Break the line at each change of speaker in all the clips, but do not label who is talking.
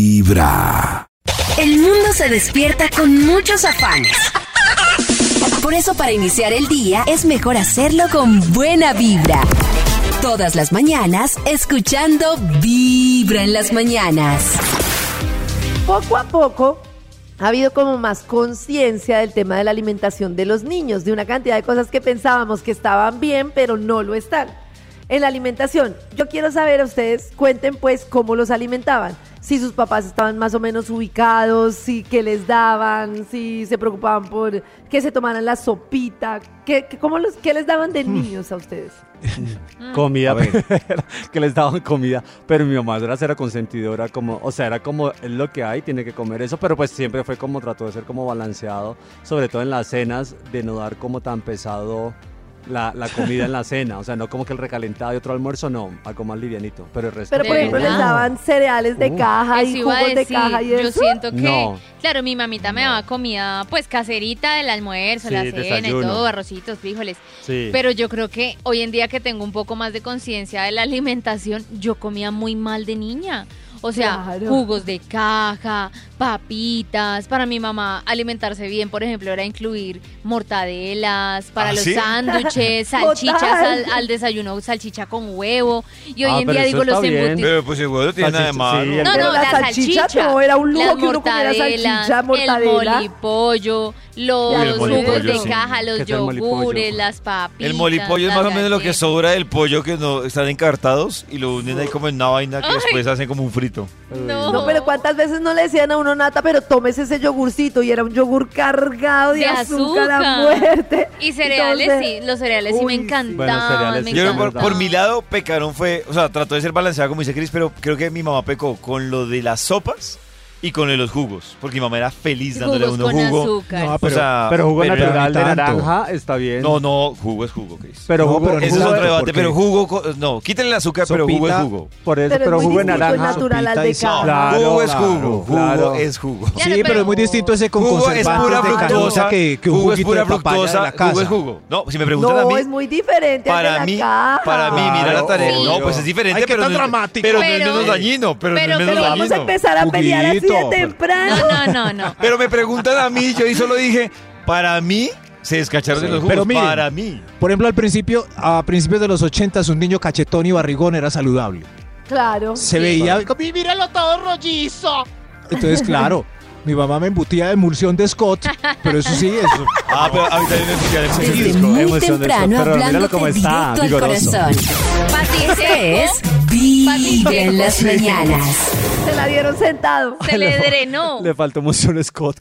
Vibra.
El mundo se despierta con muchos afanes. Por eso para iniciar el día es mejor hacerlo con buena vibra. Todas las mañanas escuchando Vibra en las mañanas.
poco a poco ha habido como más conciencia del tema de la alimentación de los niños, de una cantidad de cosas que pensábamos que estaban bien, pero no lo están. En la alimentación, yo quiero saber a ustedes, cuenten pues cómo los alimentaban, si sus papás estaban más o menos ubicados, si qué les daban, si se preocupaban por que se tomaran la sopita, qué, qué- cómo los, qué les daban
Mm.
de niños a ustedes.
Mm. comida que les daban comida pero mi mamá era cero consentidora como o sea era como es lo que hay tiene que comer eso pero pues siempre fue como trató de ser como balanceado sobre todo en las cenas de no dar como tan pesado la, la comida en la cena o sea no como que el recalentado y otro almuerzo no algo más livianito pero el resto
Pero por
Pues ¿De
ejemplo les
verdad?
daban cereales de
Uh.
caja
Eso
y
iba a
jugos de
decir,
caja y
Yo
eso.
siento que,
No.
claro, mi mamita me daba comida, pues caserita del almuerzo,
Sí,
la cena
desayuno.
y todo, arrocitos, frijoles.
sí
Pero yo creo que hoy en día que tengo un poco más de conciencia de la alimentación, yo comía muy mal de niña. O sea,
Claro.
jugos de caja, papitas. Para mi mamá, alimentarse bien, por ejemplo, era incluir mortadelas, para
¿Ah,
los
sí?
sándwiches, salchichas al,
Total.
al desayuno, salchicha con huevo. Y hoy
Ah,
en
pero
día
eso
digo los
está bien.
embutidos.
Pero pues igual no tiene nada de
Salchicha,
malo.
sí, el-
No,
Pero
no,
la
la,
salchicha, no, era un lujo
las
que uno comiera
mortadelas,
salchicha, mortadela.
El molipollo, los
Uy, el
jugos
molipollo,
de
sí.
caja,
¿Qué
los
tal el molipollo?
yogures, las papitas.
El molipollo es más o
las
menos lo que
galletas.
sobra del pollo que no están encartados y lo unen ahí como en una vaina que
Ay.
después hacen como un frito.
No.
No, pero ¿cuántas veces no le decían a uno nata, pero tomes ese yogurcito? Y era un yogur cargado de,
De
azúcar. a
azúcar.
muerte.
Y cereales,
Entonces,
sí, los cereales sí me
Uy, sí.
encantaban.
Bueno, cereales
me
sí,
Yo, por,
encanta.
por mi lado, pecaron fue, o sea, trató de ser balanceada como dice Cris, pero creo que mi mamá pecó con lo de las sopas y con lo de los jugos, porque mi mamá era feliz dándole a
Jugos
uno
con
jugo.
azúcar.
pero-
pero jugo
Ah, pero era
natural de
tanto.
naranja está bien
No, no, jugo es jugo, Cris.
pero
No,
jugo
pero
Ese es
jugo-
otro debate,
porque-
pero jugo, co- no, quítale el azúcar, pero jugo es
Sopita.
jugo.
por eso
Pero,
pero,
es muy
jugo de
distinto el
naranja
natural al
sopita
de
y sal.
caja.
Claro,
jugo es jugo,
claro,
jugo
claro.
es jugo.
Ya,
Sí,
pero-
pero, es muy distinto ese con
Jugo es
conservantes
pura
de
fructosa,
canosa que, que un
jugo es
juguito
pura
de papaya de
fructosa,
la casa.
jugo es jugo. No, si me preguntan a
No,
mí,
es muy diferente. al de
para
la
mí,
caja.
para mí, mira la tarea.
Sí.
No, pues es diferente,
Ay, qué
pero,
tan
no, es-
dramático.
pero, no es
Pero-
menos dañino, pero, no
pero-
es
Pero
menos
Pero
vamos a
dañino.
empezar a pelear así de
Juguito.
temprano.
No, no, no, no.
Pero me preguntan a mí, yo ahí solo dije, para mí se descacharon de los jugos,
Pero miren.
para mí.
Por ejemplo, al principio, a principios de los 80, un niño cachetón y barrigón era saludable.
Claro.
Se veía... "Mi- míralo todo rollizo! Entonces, claro, mi mamá me embutía de emulsión de Scott, pero eso sí, eso...
Ah, pero a mí también me pusieron ese
Desde
disco.
muy
emoción del
temprano
show, pero míralo
hablándote
cómo
directo
está,
al
vigoroso.
corazón. Este es Vibra en las mañanas.
Se la dieron sentado.
Se le drenó.
le faltó mucho un Scott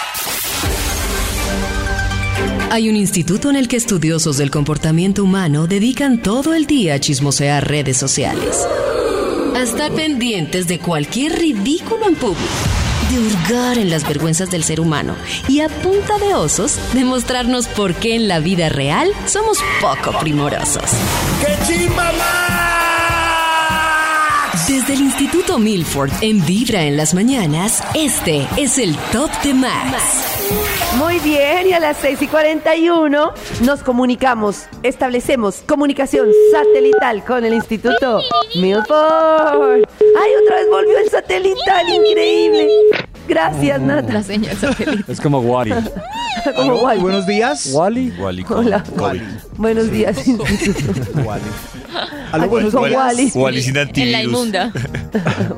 Hay un instituto en el que estudiosos del comportamiento humano dedican todo el día a chismosear redes sociales. A estar pendientes de cualquier ridículo en público. De hurgar en las vergüenzas del ser humano y a punta de osos demostrarnos por qué en la vida real somos poco primorosos. Desde el Instituto Milford en Vibra en las mañanas, este es el Top de Max.
Muy bien, y a las 6 y 41 nos comunicamos, establecemos comunicación satelital con el Instituto Milford. ¡Ay, otra vez volvió el satelital! ¡Increíble! Gracias,
Mm.
Nata.
La señal satélite.
es como Wally
Como guay.
Buenos días.
Wally
Hola. Buenos días, Instituto.
Aló,
Aquí
buenos
con
días.
Wally.
Wally sin
En la
antivirus.
inmunda.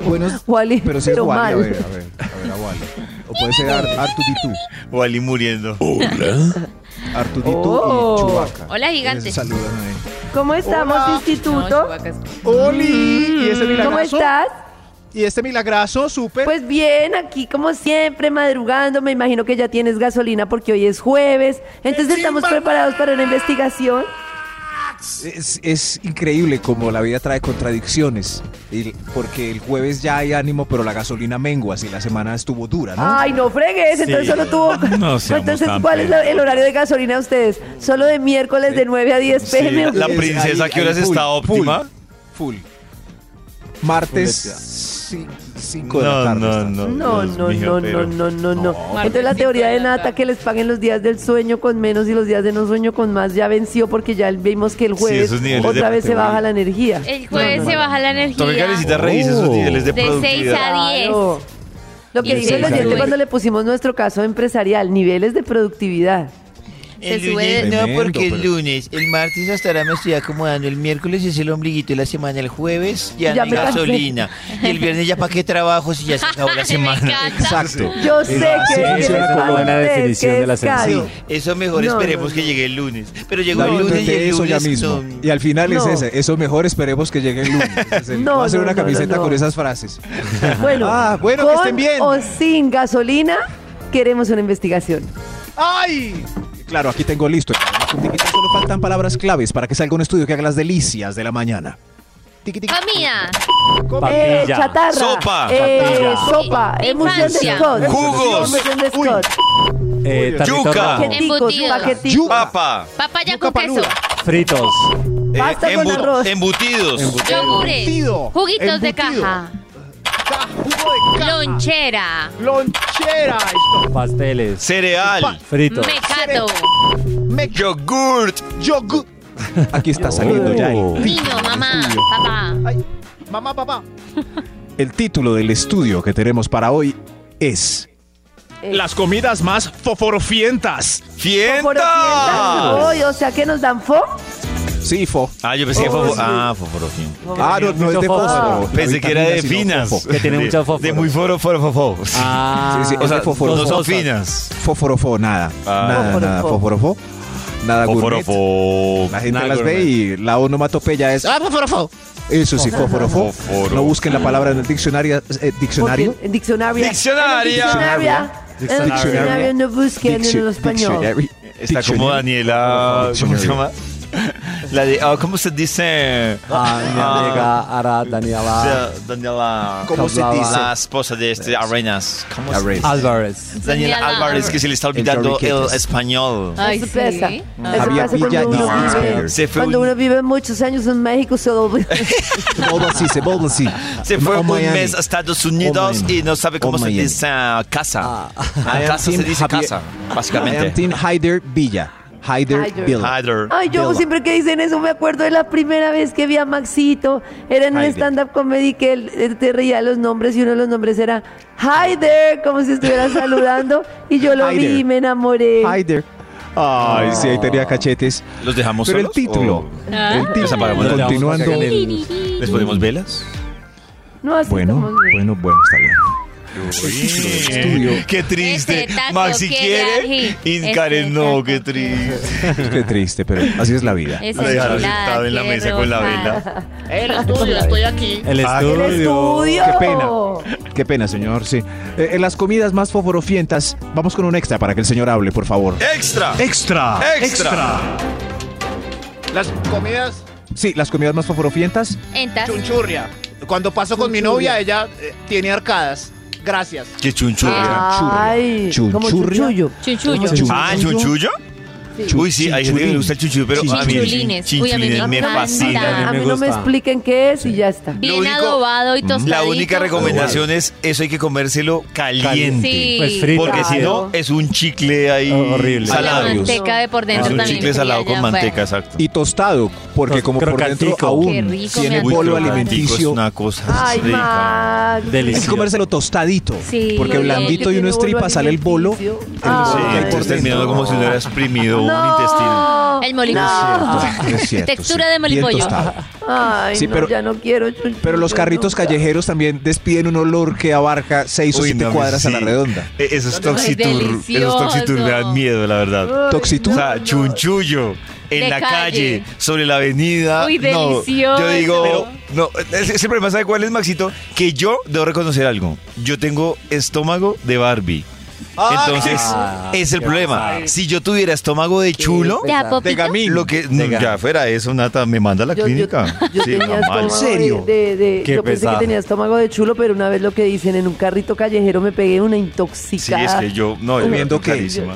Buenos-
Wally,
Pero sí es
pero
Wally, a
mal.
ver, a ver, a ver, a Wally. O puede ser Ar- Artuditú.
Wally muriendo.
Oh. Artuditú
Oh.
y Chubaca.
Hola, gigante.
Saludan ahí.
¿Cómo estamos, Instituto?
No, Chewbacca es-
¡Oli! ¿Y este milagroso?
Mm, ¿Cómo estás?
¿Y este milagrazo? Súper.
Pues bien, aquí como siempre, madrugando. Me imagino que ya tienes gasolina porque hoy es jueves. Entonces estamos preparados para una investigación.
Es, es increíble como la vida trae contradicciones. El- porque el jueves ya hay ánimo, pero la gasolina mengua. Si la semana estuvo dura, ¿no?
Ay, no fregues, entonces solo tuvo.
Ah. No seamos
entonces,
tan
¿cuál es la- el horario de gasolina de ustedes? Solo de miércoles de 9 a 10
Sí,
pm.
la
Es-
princesa,
ahí-
¿qué horas
ahí full,
está óptima?
Full. full. Martes
Full
5 de la tarde. está.
no,
Dios
no,
mío,
no,
pero-
no, no, no, no. Entonces la
Martes,
teoría de
cinco de la
Nata
tarde.
que les paguen los días del sueño con menos y los días de no sueño con más ya venció porque ya vimos que el
Sí,
jueves
esos niveles de
otra vez se
teoría.
baja la energía.
El jueves se baja la energía.
Toca que necesitar revisar esos
Oh.
niveles de
De seis
productividad.
a- 10.
Lo que
Y
dice
se
el oyente
sube.
cuando le pusimos nuestro caso empresarial, niveles de productividad.
Se sube-
no, Tremendo, porque el pero-
lunes, el martes estará me estoy acomodando, el miércoles es el ombliguito de la semana, el jueves ya,
Ya no hay me cansé. gasolina,
y el viernes ya para qué trabajo si ya se acabó
Ay, Ah, Me encanta.
Exacto.
Yo sé
Exacto.
que
es
es
una
para
buena
ustedes
definición
que
de la
es caro.
sencilla.
Eso mejor
No,
esperemos
no, no.
que llegue el lunes. Pero llegó
David,
el lunes y
vete
el
eso
lunes
ya mismo.
no.
Y al final es
No.
ese. Eso mejor esperemos que llegue el lunes. Ese es el-
No,
voy a hacer
no,
una
no, no,
camiseta
no.
con esas frases.
Bueno,
Ah, bueno, que
con
estén bien.
o sin gasolina, queremos una investigación.
¡Ay! Claro, aquí tengo listo. Con tiquita Solo faltan palabras claves para que salga un estudio que haga las delicias de la mañana. Tiqui, tiqui.
Comida.
Eh,
Papilla.
chatarra.
Sopa.
Eh,
Papilla.
sopa.
De
Emulsión de
infancia.
Scott.
Jugos.
Emulsión de Scott.
Eh, tarrito
Yuca.
rojo,
Paqueticos,
Embutidos.
paqueticos.
Papa,
Papaya con queso.
fritos,
eh,
Pasta con arroz.
embutidos,
Yogures.
Embutido,
Juguitos de
embutido.
caja.
Ca- Ah, jugo de caja,
Lonchera.
lonchera, esto,
pasteles,
cereal,
fritos.
Mecato.
me-
yogurt,
yogur. Aquí
Oh.
está saliendo ya el,
Niño, mamá,
estudio.
papá.
Ay, mamá, papá. El título del estudio que tenemos para hoy es
Eh,
Las comidas más foforofientas.
foforofientas.
fienta.
Hoy, o sea, que nos dan fo.
Sifo.
Ah, yo pensé que
Oh,
fue
sí.
ah, foforofiento.
Ah, no, no es de
Mucho fósforo.
fósforo. la
Pensé que era de
vitamina, sino
finas,
fofo.
que tiene
De-
mucho fósforo.
De muy foro, foro, fofo.
Ah,
Sí, sí,
O sea,
es de fósforo.
no son
Fosfosas.
finas.
Fósforofo, nada.
Ah.
Nada, nada, fósforofo. Nada gourmet.
Foforo,
La gente
Nada
las ve
gourmet.
y la onomatopeya es ah, fósforofo.
ah,
Eso sí, fósforofo.
Fósforo.
No busquen la palabra en el diccionario. eh, diccionario.
Porque- en Diccionario.
Diccionario.
En el diccionario. En el
Diccionario.
diccionario no busquen en el
Diccio-
español.
dictionary.
Está como
Dictionary.
Daniela, ¿cómo se
Dictionary.
llama? La de, ah, ¿cómo se dice?
Ah, mi amiga Ara Daniela
Da- Daniela,
¿Cómo Ah. se
Hablaba.
dice?
la esposa de este Arenas. ¿Cómo se
Arenas.
Álvarez.
Daniel
Daniela
Álvarez, que se le está olvidando
Jordi
el
Quites.
español.
Ay,
Eso
sí. Ah.
pesa. Eso
Javier
pasa
Villa
cuando
y
uno
Vince
vive.
Peter.
Se fue
Cuando
un-
uno vive muchos años en México, se lo olvida.
Bubble Sea, se Bubble Sea.
Se fue
O
un
Miami.
mes a Estados Unidos
O Miami.
y no sabe cómo
O
se
Miami.
dice ah, casa. Ah,
I am
casa se
team
dice
Javier-
casa,
I am
básicamente.
team Hyder Villa. Hyder
Hyder.
Villa.
Hider.
Ay, yo
Vela.
siempre que dicen eso me acuerdo de la primera vez que vi a Maxito. Era en un
Haider.
stand-up comedy que él eh, te reía los nombres y uno de los nombres era Hi there, como si estuviera saludando. Y yo lo
Haider.
vi y me enamoré.
Hyder. Ay, sí, ahí tenía cachetes.
¿Los dejamos
Pero el
Ah. solos
título.
o
Ah.
El título.
Les apagamos la
luz.
continuando.
Vamos a sacar
¿Les ponemos velas?
No, así
Bueno,
estamos bien.
bueno, bueno, está bien. estudio.
Qué triste.
Este taco
Max, si
que
quiere.
ají.
y
Este
Karen,
taco
no, qué
que-
triste.
Qué triste, pero así es la vida.
Esa
La dejaron
enchilada,
sentada en la
qué
mesa con la
roja.
vela.
El estudio, estoy aquí.
El
Ah,
estudio.
El estudio.
Qué pena. Qué pena, señor, sí. Eh, en las comidas más foforofientas, vamos con un extra para que el señor hable, por favor.
¡Extra!
Extra.
Extra.
Las comidas
Sí, las comidas más foforofientas.
Entas.
chunchurria. Cuando paso con mi novia, ella eh, tiene arcadas. Gracias.
¡Qué chunchurria!
Ah.
Ay,
Chunchurria.
como
Chunchurria.
chuchullo.
Chunchullo.
Chunchullo.
Ah, ¿chunchullo? Uy, sí, hay gente que le gusta el chunchullo, pero a mí el
Chinchulines.
chin-
Uy, a mí me
chinchulines me
encanta.
fascina.
A
me
mí no me
gusta.
expliquen qué es y ya está.
Bien
Lo único- Mm,
adobado y tostadito.
La única recomendación es eso hay que comérselo caliente.
Sí.
Pues frito.
Porque si no, es un chicle ahí
Horrible.
La
salado.
Saladios.
manteca de por
Es
dentro
un
también.
chicle salado
fría,
con
ya,
manteca,
bueno.
exacto.
Y tostado, porque
Tos-
como por dentro
crocantico.
Qué
aún
rico,
tiene
me
Uy,
polvo
antojaste.
crocantico Es
alimenticio,
una cosa
Ay,
rica.
Max.
hay que
Delicioso.
comérselo tostadito.
Sí.
Porque
Lo
blandito
que
y uno
tiene
estripa,
bolo
sale el bolo.
alimenticio.
el
Ah,
bolo que hay
Sí,
por
estás terminando
dentro.
como si le hubieras exprimido un intestino.
No.
El molipollo.
No es cierto, no Ah, es cierto,
Ah, Textura de
sí. Bien
molipollo.
tostado.
Ay,
Sí,
no,
pero-
ya no quiero chuchullo.
Pero los carritos
nunca.
callejeros también despiden un olor que abarca seis o
Uy,
siete
no,
cuadras a la
sí.
redonda.
Eh, Esos
Ay,
toxitur, esos
delicioso.
toxitur me dan miedo, la verdad.
Ay,
Toxitur.
O
no,
sea,
no.
chunchullo en
De
la calle.
calle.
sobre la avenida.
Uy,
No,
delicioso.
yo digo, no, es- es el problema, ¿sabe cuál es, Maxito? Que yo debo reconocer algo. Yo tengo estómago de Barbie. Entonces,
Ah,
es el
qué
problema.
pesado.
Si yo tuviera estómago de chulo,
¿De a popito?
lo que no,
Venga.
ya fuera eso, Nata, me manda a la
Yo, yo-
clínica.
yo
Sí,
tenía
mamá.
estómago
serio?
de, de- de-
Qué
yo pensé
pesar.
que tenía estómago de chulo, pero una vez lo que dicen en un carrito callejero me pegué una
Sí, es
intoxicada
que yo, no,
¿Comiendo
yo-
qué?
clarísima.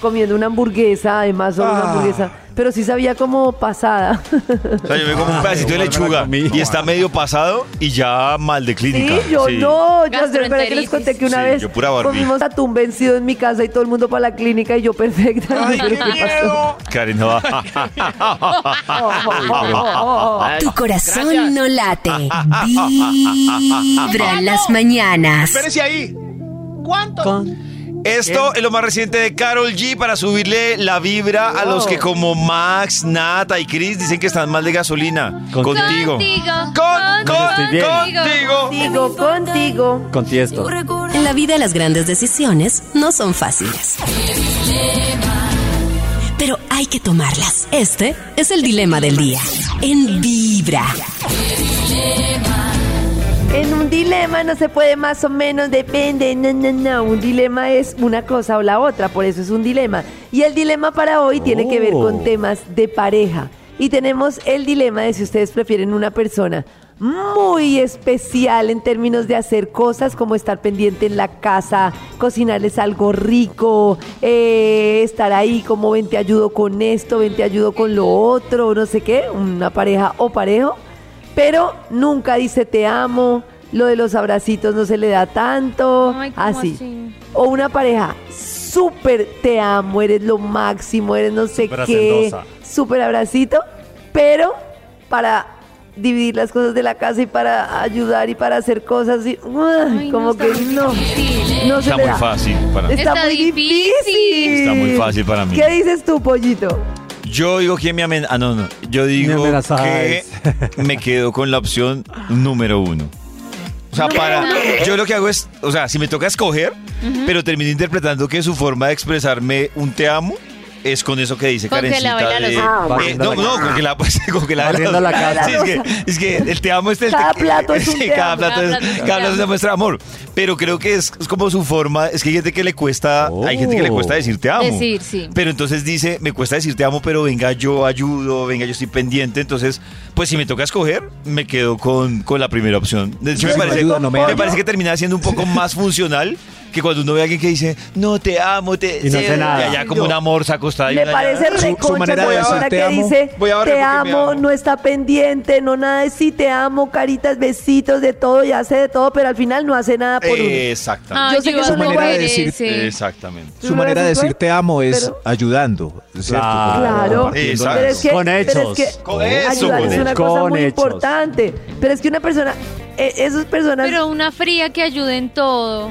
comiendo una hamburguesa, además solo una
Ah.
hamburguesa, pero sí sabía como pasada.
O sea, yo me como un pedacito de
igual me la
lechuga
comí.
y está medio pasado y ya mal de
sí,
clínica.
yo
Sí.
no, yo sé, ¿verdad que les
Gastroenteritis.
conté que una
Sí,
vez
yo pura Barbie.
comimos atún vencido en mi casa y todo el mundo para la clínica y yo perfecta.
¡Ay, qué miedo! Karen, no.
Tu corazón Ah, no late. Vibra en las mañanas.
Espérese ahí. ¿Cuánto?
Esto es lo más reciente de Carol G para subirle la vibra a los que como Max, Nata y Chris dicen que están mal de gasolina.
Con-
Contigo.
Contigo.
Con- con-
Contigo.
Contigo,
contigo.
contigo.
Contiesto.
En la vida las grandes decisiones no son fáciles. Pero hay que tomarlas. Este es el dilema del día. En Vibra.
En un dilema no se puede más o menos, depende. No, no, no. Un dilema es una cosa o la otra, por eso es un dilema. Y el dilema para hoy tiene que ver
Oh.
con temas de pareja. Y tenemos el dilema de si ustedes prefieren una persona muy especial en términos de hacer cosas como estar pendiente en la casa, cocinarles algo rico, eh, estar ahí como ven te ayudo con esto, ven te ayudo con lo otro, no sé qué, una pareja o parejo pero nunca dice te amo, lo de los abracitos no se le da tanto,
Ay, ¿cómo
así.
así?
O una pareja, súper te amo, eres lo máximo, eres no sé
Súper
qué,
hacendosa.
súper abracito, pero para dividir las cosas de la casa y para ayudar y para hacer cosas, y, ¡ay!
Ay, no,
como
está
que
muy
no,
difícil.
no se
Está
le
muy
da.
fácil para mí.
Está,
Está
muy difícil.
difícil.
Está muy fácil para mí.
¿Qué dices tú, pollito?
Yo digo que me amenaza. Ah, no, no. Yo digo que
amenazáis.
me quedo con la opción número uno. O sea, para. Yo lo que hago es. O sea, si me toca escoger, pero termino interpretando que su forma de expresarme un te amo es con eso que dice
Con que
Karencita.
lave la
de-
Ah,
losa.
eh, no, no, con que la, pues, con que la,
Barriendo la casa.
Sí, es, que, es que el te amo es el
Cada
te-
plato es un
sí,
te
cada
amo.
plato es,
Cada plato es un te
cada plato es una
amo.
muestra de amor. Pero creo que es, es como su forma. Es que hay gente que le cuesta. Hay gente que le cuesta
Oh.
decir te amo.
Decir, sí.
Pero entonces dice, me cuesta decir te amo, pero venga, yo ayudo, venga, yo estoy pendiente. Entonces, pues si me toca escoger, me quedo con, con la primera opción. De hecho,
Si
me
no
parece,
ayuda, no me
me
ama.
parece que termina siendo un poco más funcional que cuando uno ve a alguien que dice, no te amo, te.
Y no hace nada.
allá como una morsa acostada. y
Me
una
parece
Su- su
reconcha
manera
la
de
persona
decir
que
te amo.
dice
Voy a barrer
te
porque me
amo,
amo".
no está pendiente, no nada de sí, te amo, caritas, besitos, de todo, y hace de todo, pero al final no hace nada por
Eh,
uno.
Exactamente.
Yo sé que
iba
eso
a
no
coger
puede decir-
ese.
Exactamente.
¿Tú
Su
lo
manera de
ves
decir
igual?
te amo es
Pero-
ayudando. ¿cierto?
Claro.
Claro.
Compartiendo
Exacto.
Pero es que,
Con
pero es
hechos.
que
Con eso,
ayudar
con
es una
hechos.
cosa
Con
muy
hechos.
importante. Pero es que una persona, eh, esas personas,
Pero una fría que ayude en todo.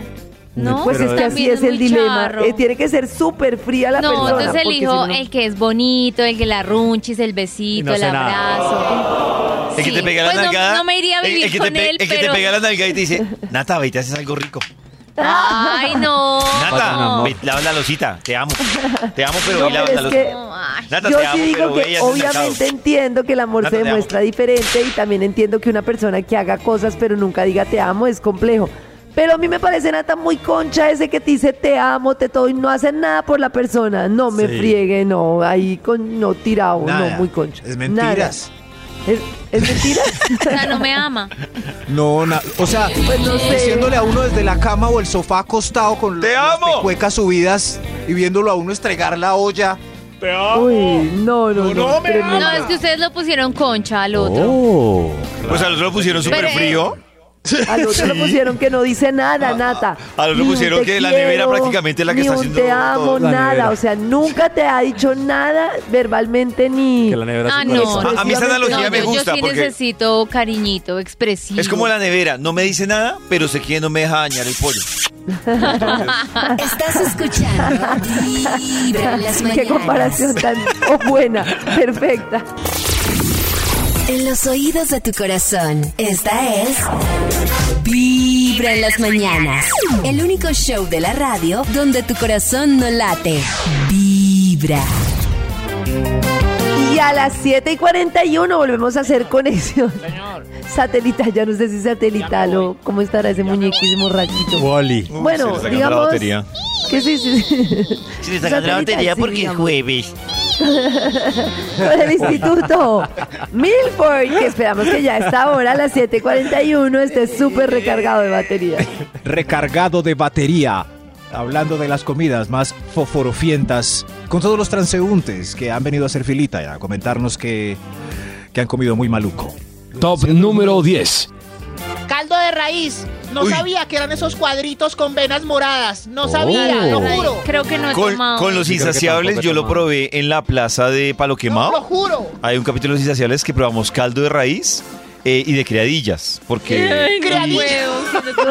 ¿No?
pues
pero
es que
es-
así
También
es el
muy
dilema.
charro.
Eh, tiene que ser súper fría la
no,
persona.
entonces
porque si
elijo
no-
el que es bonito, el que la runchis, el
Y
besito,
no
el
hace nada.
abrazo.
El que
Sí,
te pega la
pues no-
nalgada.
No, me iría a
el-
vivir
el que te
con
pe-
él,
El que
pero...
te pega la nalgada y te dice, Nata, ve, y te haces algo rico.
Ay, no.
Nata,
No.
ve, lava la losita. Te amo. Te amo, pero
No,
ve, lava
pero
la
es
losita.
que-
No, ay.
Nata,
Yo
te amo,
sí digo
pero ve y
que
haces el mercado.
obviamente entiendo que el amor
Nata,
se
te amo.
demuestra diferente y también entiendo que una persona que haga cosas pero nunca diga te amo es complejo. Pero a mí me parece, Nata, muy concha ese que te dice te amo, te todo y no hace nada por la persona. No me
Sí.
friegue, no, ahí con no tirado, no,
Nada.
muy concha.
Es mentiras.
Nada. ¿Es, es mentiras?
O sea, no me ama.
No, na- o sea,
Pues no sé.
diciéndole a uno desde la cama o el sofá acostado con
¡Te
las
amo!
pecuecas subidas y viéndolo a uno estregar la olla.
Uy, no, no, no. tremendo.
No, es que ustedes lo pusieron concha al otro.
Oh.
Pues al otro lo pusieron súper
Pero-
frío.
Al otro le pusieron que no dice nada, Nata.
Ah, al otro
Ni un
pusieron
te
que la nevera
quiero,
prácticamente es la que
ni
está
un
haciendo
te amo,
todo.
La
nada.
nevera.
O sea, nunca te ha dicho nada verbalmente ni.
Que la nevera
Ah,
se
no.
parece.
A, a mí esta
Precisamente-
analogía
No,
me
yo, yo
gusta
sí
porque
necesito cariñito, expresivo.
es como la nevera. No me dice nada, pero sé que no me deja dañar el pollo.
Estás escuchando Vibra en las
Qué comparación tan oh, buena, perfecta.
En los oídos de tu corazón, esta es Vibra en las mañanas. El único show de la radio donde tu corazón no late. Vibra.
Y a las 7 y 41 volvemos a hacer conexión. Satelital, ya no sé si satelital o cómo estará ese muñequísimo rayito.
Wally.
Uy, se le
Bueno,
está acabando la
digamos.
batería.
Que sí, sí.
Se le está acabando la batería porque es
juega.
jueves.
con el Instituto Milford, que esperamos que ya a esta hora, a las 7:41, esté súper recargado de batería.
Recargado de batería. Hablando de las comidas más foforofientas, con todos los transeúntes que han venido a hacer filita y a comentarnos que, que han comido muy maluco.
Top número 10.
Caldo de raíz. No
Uy.
sabía que eran esos cuadritos con venas moradas. No sabía, lo
Oh.
juro.
Creo que no he
Con,
tomado.
con los
Yo creo que
insaciables,
tampoco he
yo lo
tomado.
probé en la plaza de Palo
No,
Quemado.
lo juro.
Hay un capítulo de los insaciables que probamos caldo de raíz eh, y de criadillas, porque...
Ay, no puedo.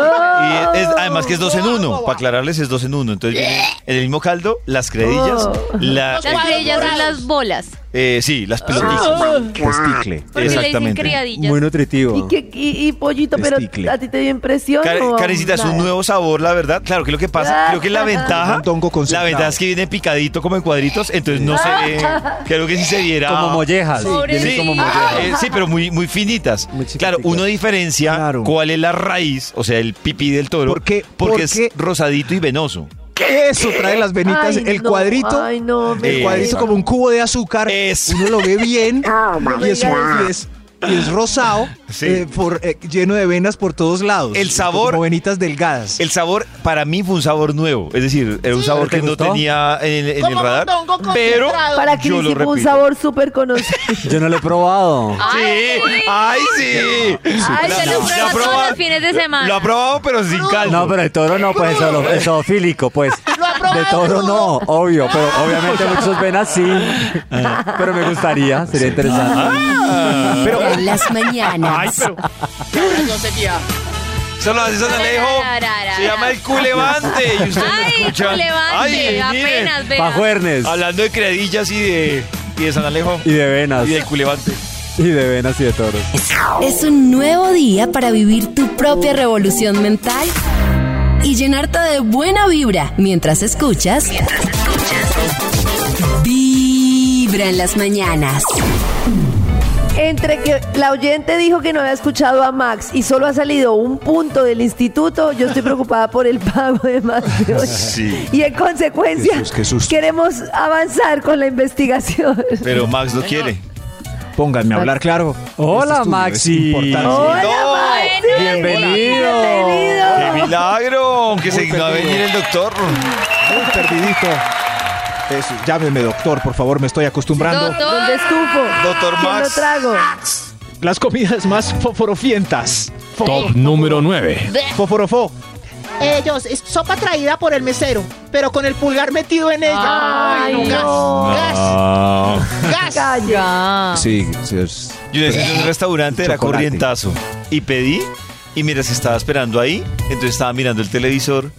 Oh,
y es- además que es dos en uno, para aclararles es dos en uno. Entonces viene en el mismo caldo las criadillas, la,
Las criadillas son las bolas.
eh, sí, las pelotitas.
Testicle.
Porque le dicen
Exactamente.
criadillas.
Muy
¿Y,
nutritivo.
qué- y- y pollito, pero
Testicle.
a ti te dio impresión.
Care-
¿o
Carecita, es un
Oh, nada?
nuevo sabor, la verdad. Claro, que lo que pasa, creo que la ventaja,
Un tongo
la
concentrado.
ventaja es que viene picadito como en cuadritos, entonces no se ve, creo que si se viera...
Como mollejas.
Pobre
viene
Ah, Sí,
como
ah,
mollejas.
eh, sí, pero muy, muy finitas.
Muy chiquiticas.
claro, uno diferencia
Claro.
cuál es la raíz, o sea, el pipí del toro,
¿Por qué?
porque
¿Por
es
qué?
rosadito y venoso.
Eso trae las venitas,
Ay,
el
no,
cuadrito.
Ay, no,
Eh,
El cuadrito
Exacto.
como un cubo de azúcar.
Es-
Uno lo ve bien. y, es,
digas
y es- y es rosado,
Sí.
eh, por, eh, lleno de venas por todos lados.
El sabor-
Como venitas delgadas.
El sabor, para mí, fue un sabor nuevo. Es decir, era un sabor
¿Te
que
gustó?
no tenía en, en el
Como
radar.
mondongo concentrado.
Pero
para que
yo lo
hicimos un
repito.
sabor súper conocido.
Yo no lo he probado.
Ah, Sí, ay, sí.
Ay,
La-
se
la-
lo
la
prueba
probó-
todos los fines de semana.
Lo ha probado, pero sin caldo.
No, pero el toro no, pues eso, lo- eso fílico, pues. De toro no, obvio, pero obviamente muchos ven así. Pero me gustaría, sería interesante.
Ya en las
Ay,
mañanas.
pero. Solo así San Alejo.
Tararara.
Se llama el culevante. Y ustedes lo
Ay,
escuchan.
culevante,
Ay, miren.
apenas vea.
Pajuernes.
Hablando de credillas y de, y de San Alejo.
Y de venas.
Y del culevante.
Y de venas y de toros.
Es un nuevo día para vivir tu propia revolución mental y llenarte de buena vibra mientras escuchas. Vibra en las mañanas.
Entre que la oyente dijo que no había escuchado a Max y solo ha salido un punto del instituto, yo estoy preocupada por el pago de más. de hoy.
Sí.
Y en consecuencia,
Jesús, qué susto.
queremos avanzar con la investigación.
Pero Max no quiere.
Pónganme a hablar claro.
Hola,
estudio es
Maxi.
importante.
Hola,
No,
Max.
bienvenido.
¡Qué
Bienvenido.
milagro! Que se ignora venir el doctor.
Oh. Muy perdidito. Eso, llámeme doctor, por favor, me estoy acostumbrando.
Doctor,
¿Dónde estufo?
Doctor
¿Quién lo
Max.
trago?
Las comidas más fosforofientas.
Top número 9.
Fosforofó.
Ellos, es sopa traída por el mesero, pero con el pulgar metido en ella.
Ay,
gas,
no.
gas,
Ah.
gas.
Calle.
Sí, sí, es-
Yo decía en
Pues,
un restaurante, era
Chocolate.
corrientazo. Y pedí, y mientras estaba esperando ahí, entonces estaba mirando el televisor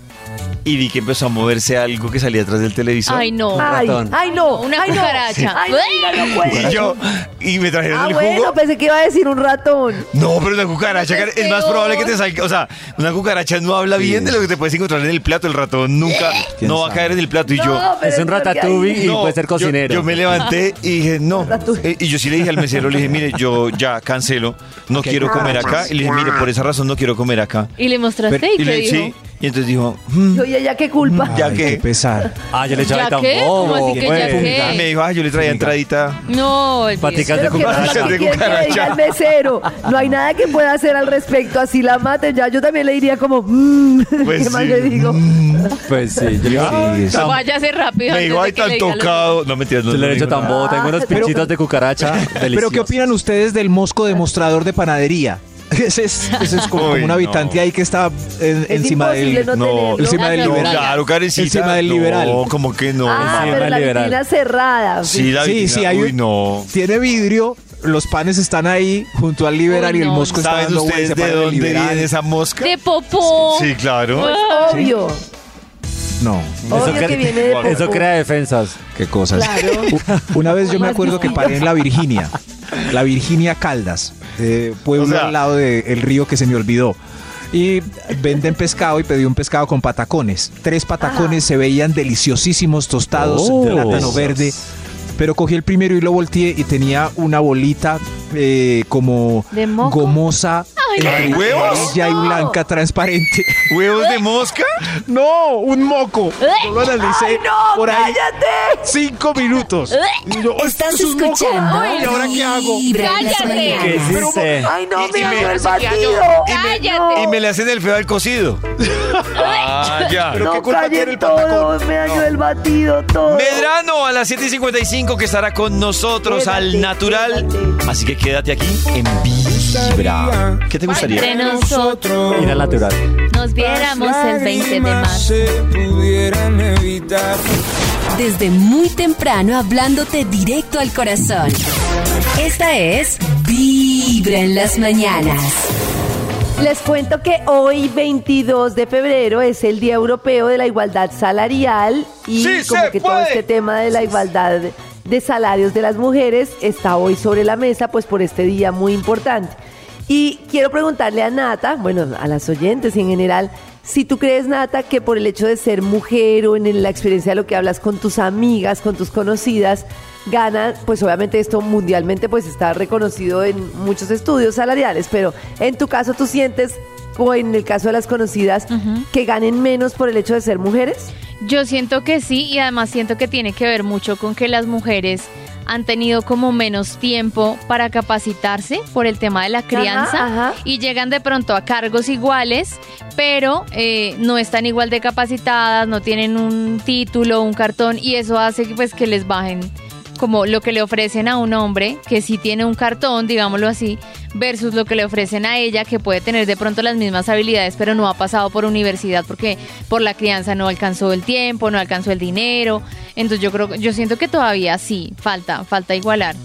y vi que empezó a moverse algo que salía atrás del televisor.
Ay, no.
Ay,
ratón.
ay, no.
Una
ay, no.
cucaracha.
Ay, no, mira, no puede.
Y yo, y me trajeron
Ah,
el jugo.
bueno, pensé que iba a decir un ratón.
No, pero una cucaracha
Qué
Karen, es más
peor.
probable que te salga. O sea, una cucaracha no habla bien de lo que te puedes encontrar en el plato. El ratón nunca
¿Quién
no va a
sabe?
caer en el plato. Y yo.
No, pero
Es un
porque ahí-
ratatouille y
no,
puede ser
yo-
cocinero.
Yo, me levanté y dije, no. Eh, Y yo sí le dije al mesero, le dije, mire, yo ya cancelo, no quiero comer acá. Y le dije, mire, por esa razón no quiero comer acá.
Y le mostraste
Pero-
y, te
y le
dijo. Eh.
sí. Y entonces dijo, "Mm,
Yo, ¿y ella qué culpa?
¿Ya
Ay,
qué?
qué pesar.
Ah, yo le echaba
¿Ya
el
qué?
tambo.
¿Cómo así que ya
pues.
qué?
me dijo, ah, yo le traía entradita.
No, el
Paticas de
Pero que no
cucaracha.
es lo que
de
quiere que le diga el mesero. No hay nada que pueda hacer al respecto. Así la maten ya. Yo también le diría como, mmm,
Pues
¿qué más
sí. Mm.
le digo?
Pues sí, yo,
Sí, es-
Dios. Váyase rápido.
Me dijo, ay,
antes de que
tan
le diga lo-
tocado. No mentiras, no
yo le
no
he hecho
dijo nada.
tambo. Tengo unos
Pero-
pinchitos de cucaracha.
Pero
deliciosos.
¿qué opinan ustedes del mosco demostrador de panadería? Ese es, ese es como
Uy,
un habitante
no.
ahí que está en-
Es
encima
imposible
del...
no
No,
tenerlo.
encima del
Ah, no.
liberal.
Claro, Karencita.
Encima del liberal.
No, como que no.
ah,
encima
pero
del
la
liberal.
vitrina cerrada.
Sí, la
Sí, sí,
vitrina,
hay
Uy,
un-
no.
Tiene vidrio, los panes están ahí junto al liberal
Uy,
y el
no.
mosco está
¿Saben
dando
ustedes
vueltas
de
para el
dónde
liberal.
viene esa mosca?
De popó.
Sí, claro.
Obvio.
No,
Obvio que,
cre-
viene de popó.
eso crea defensas.
qué cosas.
Claro.
U- Una vez yo me acuerdo que paré en la Virginia, la Virginia Caldas, eh, pueblo
O sea-
al lado del río que se me olvidó. Y venden pescado y pedí un pescado con patacones. Tres patacones se veían deliciosísimos, tostados,
Oh.
plátano verde. Pero cogí el primero y lo volteé y tenía una bolita eh, como
¿De moco?
gomosa,
Ay,
entre
huevos.
amarilla y blanca, transparente.
¿Huevos de mosca?
No, un moco. Yo lo analicé
¡No,
por ahí
cállate!
cinco minutos. Y yo, "Ay,
Estás
es un moco".
escuchando.
Ay, ¿Y ahora qué hago?
Vibra en las
Cállate.
¿Qué
mañanas.
hiciste?
¡Ay, no,
Y- y
me
me-
hago el
y
batido!
Cállate.
Y me le hacen el feo al cocido. Ah, ya.
Pero qué
¡No
culpa tiene
callen
el patacón.
todo! ¡Me dañó el batido todo!
Medrano a las 7.55 que estará con nosotros al
Quédate,
natural.
quédate.
Así que quédate aquí en Vibra. ¿Qué te gustaría?
Entre nosotros
Ir al natural.
nos viéramos el 20 de marzo.
Desde muy temprano hablándote directo al corazón. Esta es Vibra. Vibra en las mañanas.
Les cuento que hoy, 22 de febrero, es el Día Europeo de la Igualdad Salarial y
¡Sí se
como que todo
puede!
este tema de la igualdad de- de salarios de las mujeres está hoy sobre la mesa, pues por este día muy importante. Y quiero preguntarle a Nata, bueno, a las oyentes y en general, si tú crees, Nata, que por el hecho de ser mujer o en la experiencia de lo que hablas con tus amigas, con tus conocidas, gana, pues obviamente esto mundialmente pues está reconocido en muchos estudios salariales, pero en tu caso tú sientes, o en el caso de las conocidas, que ganen menos por el hecho de ser mujeres?
Yo siento que sí y además siento que tiene que ver mucho con que las mujeres han tenido como menos tiempo para capacitarse por el tema de la crianza
Ajá, ajá.
y llegan de pronto a cargos iguales, pero eh, no están igual de capacitadas, no tienen un título, un cartón y eso hace que, pues que les bajen como lo que le ofrecen a un hombre que sí tiene un cartón, digámoslo así, versus lo que le ofrecen a ella que puede tener de pronto las mismas habilidades, pero no ha pasado por universidad porque por la crianza no alcanzó el tiempo, no alcanzó el dinero. Entonces yo creo yo siento que todavía sí falta, falta igualar.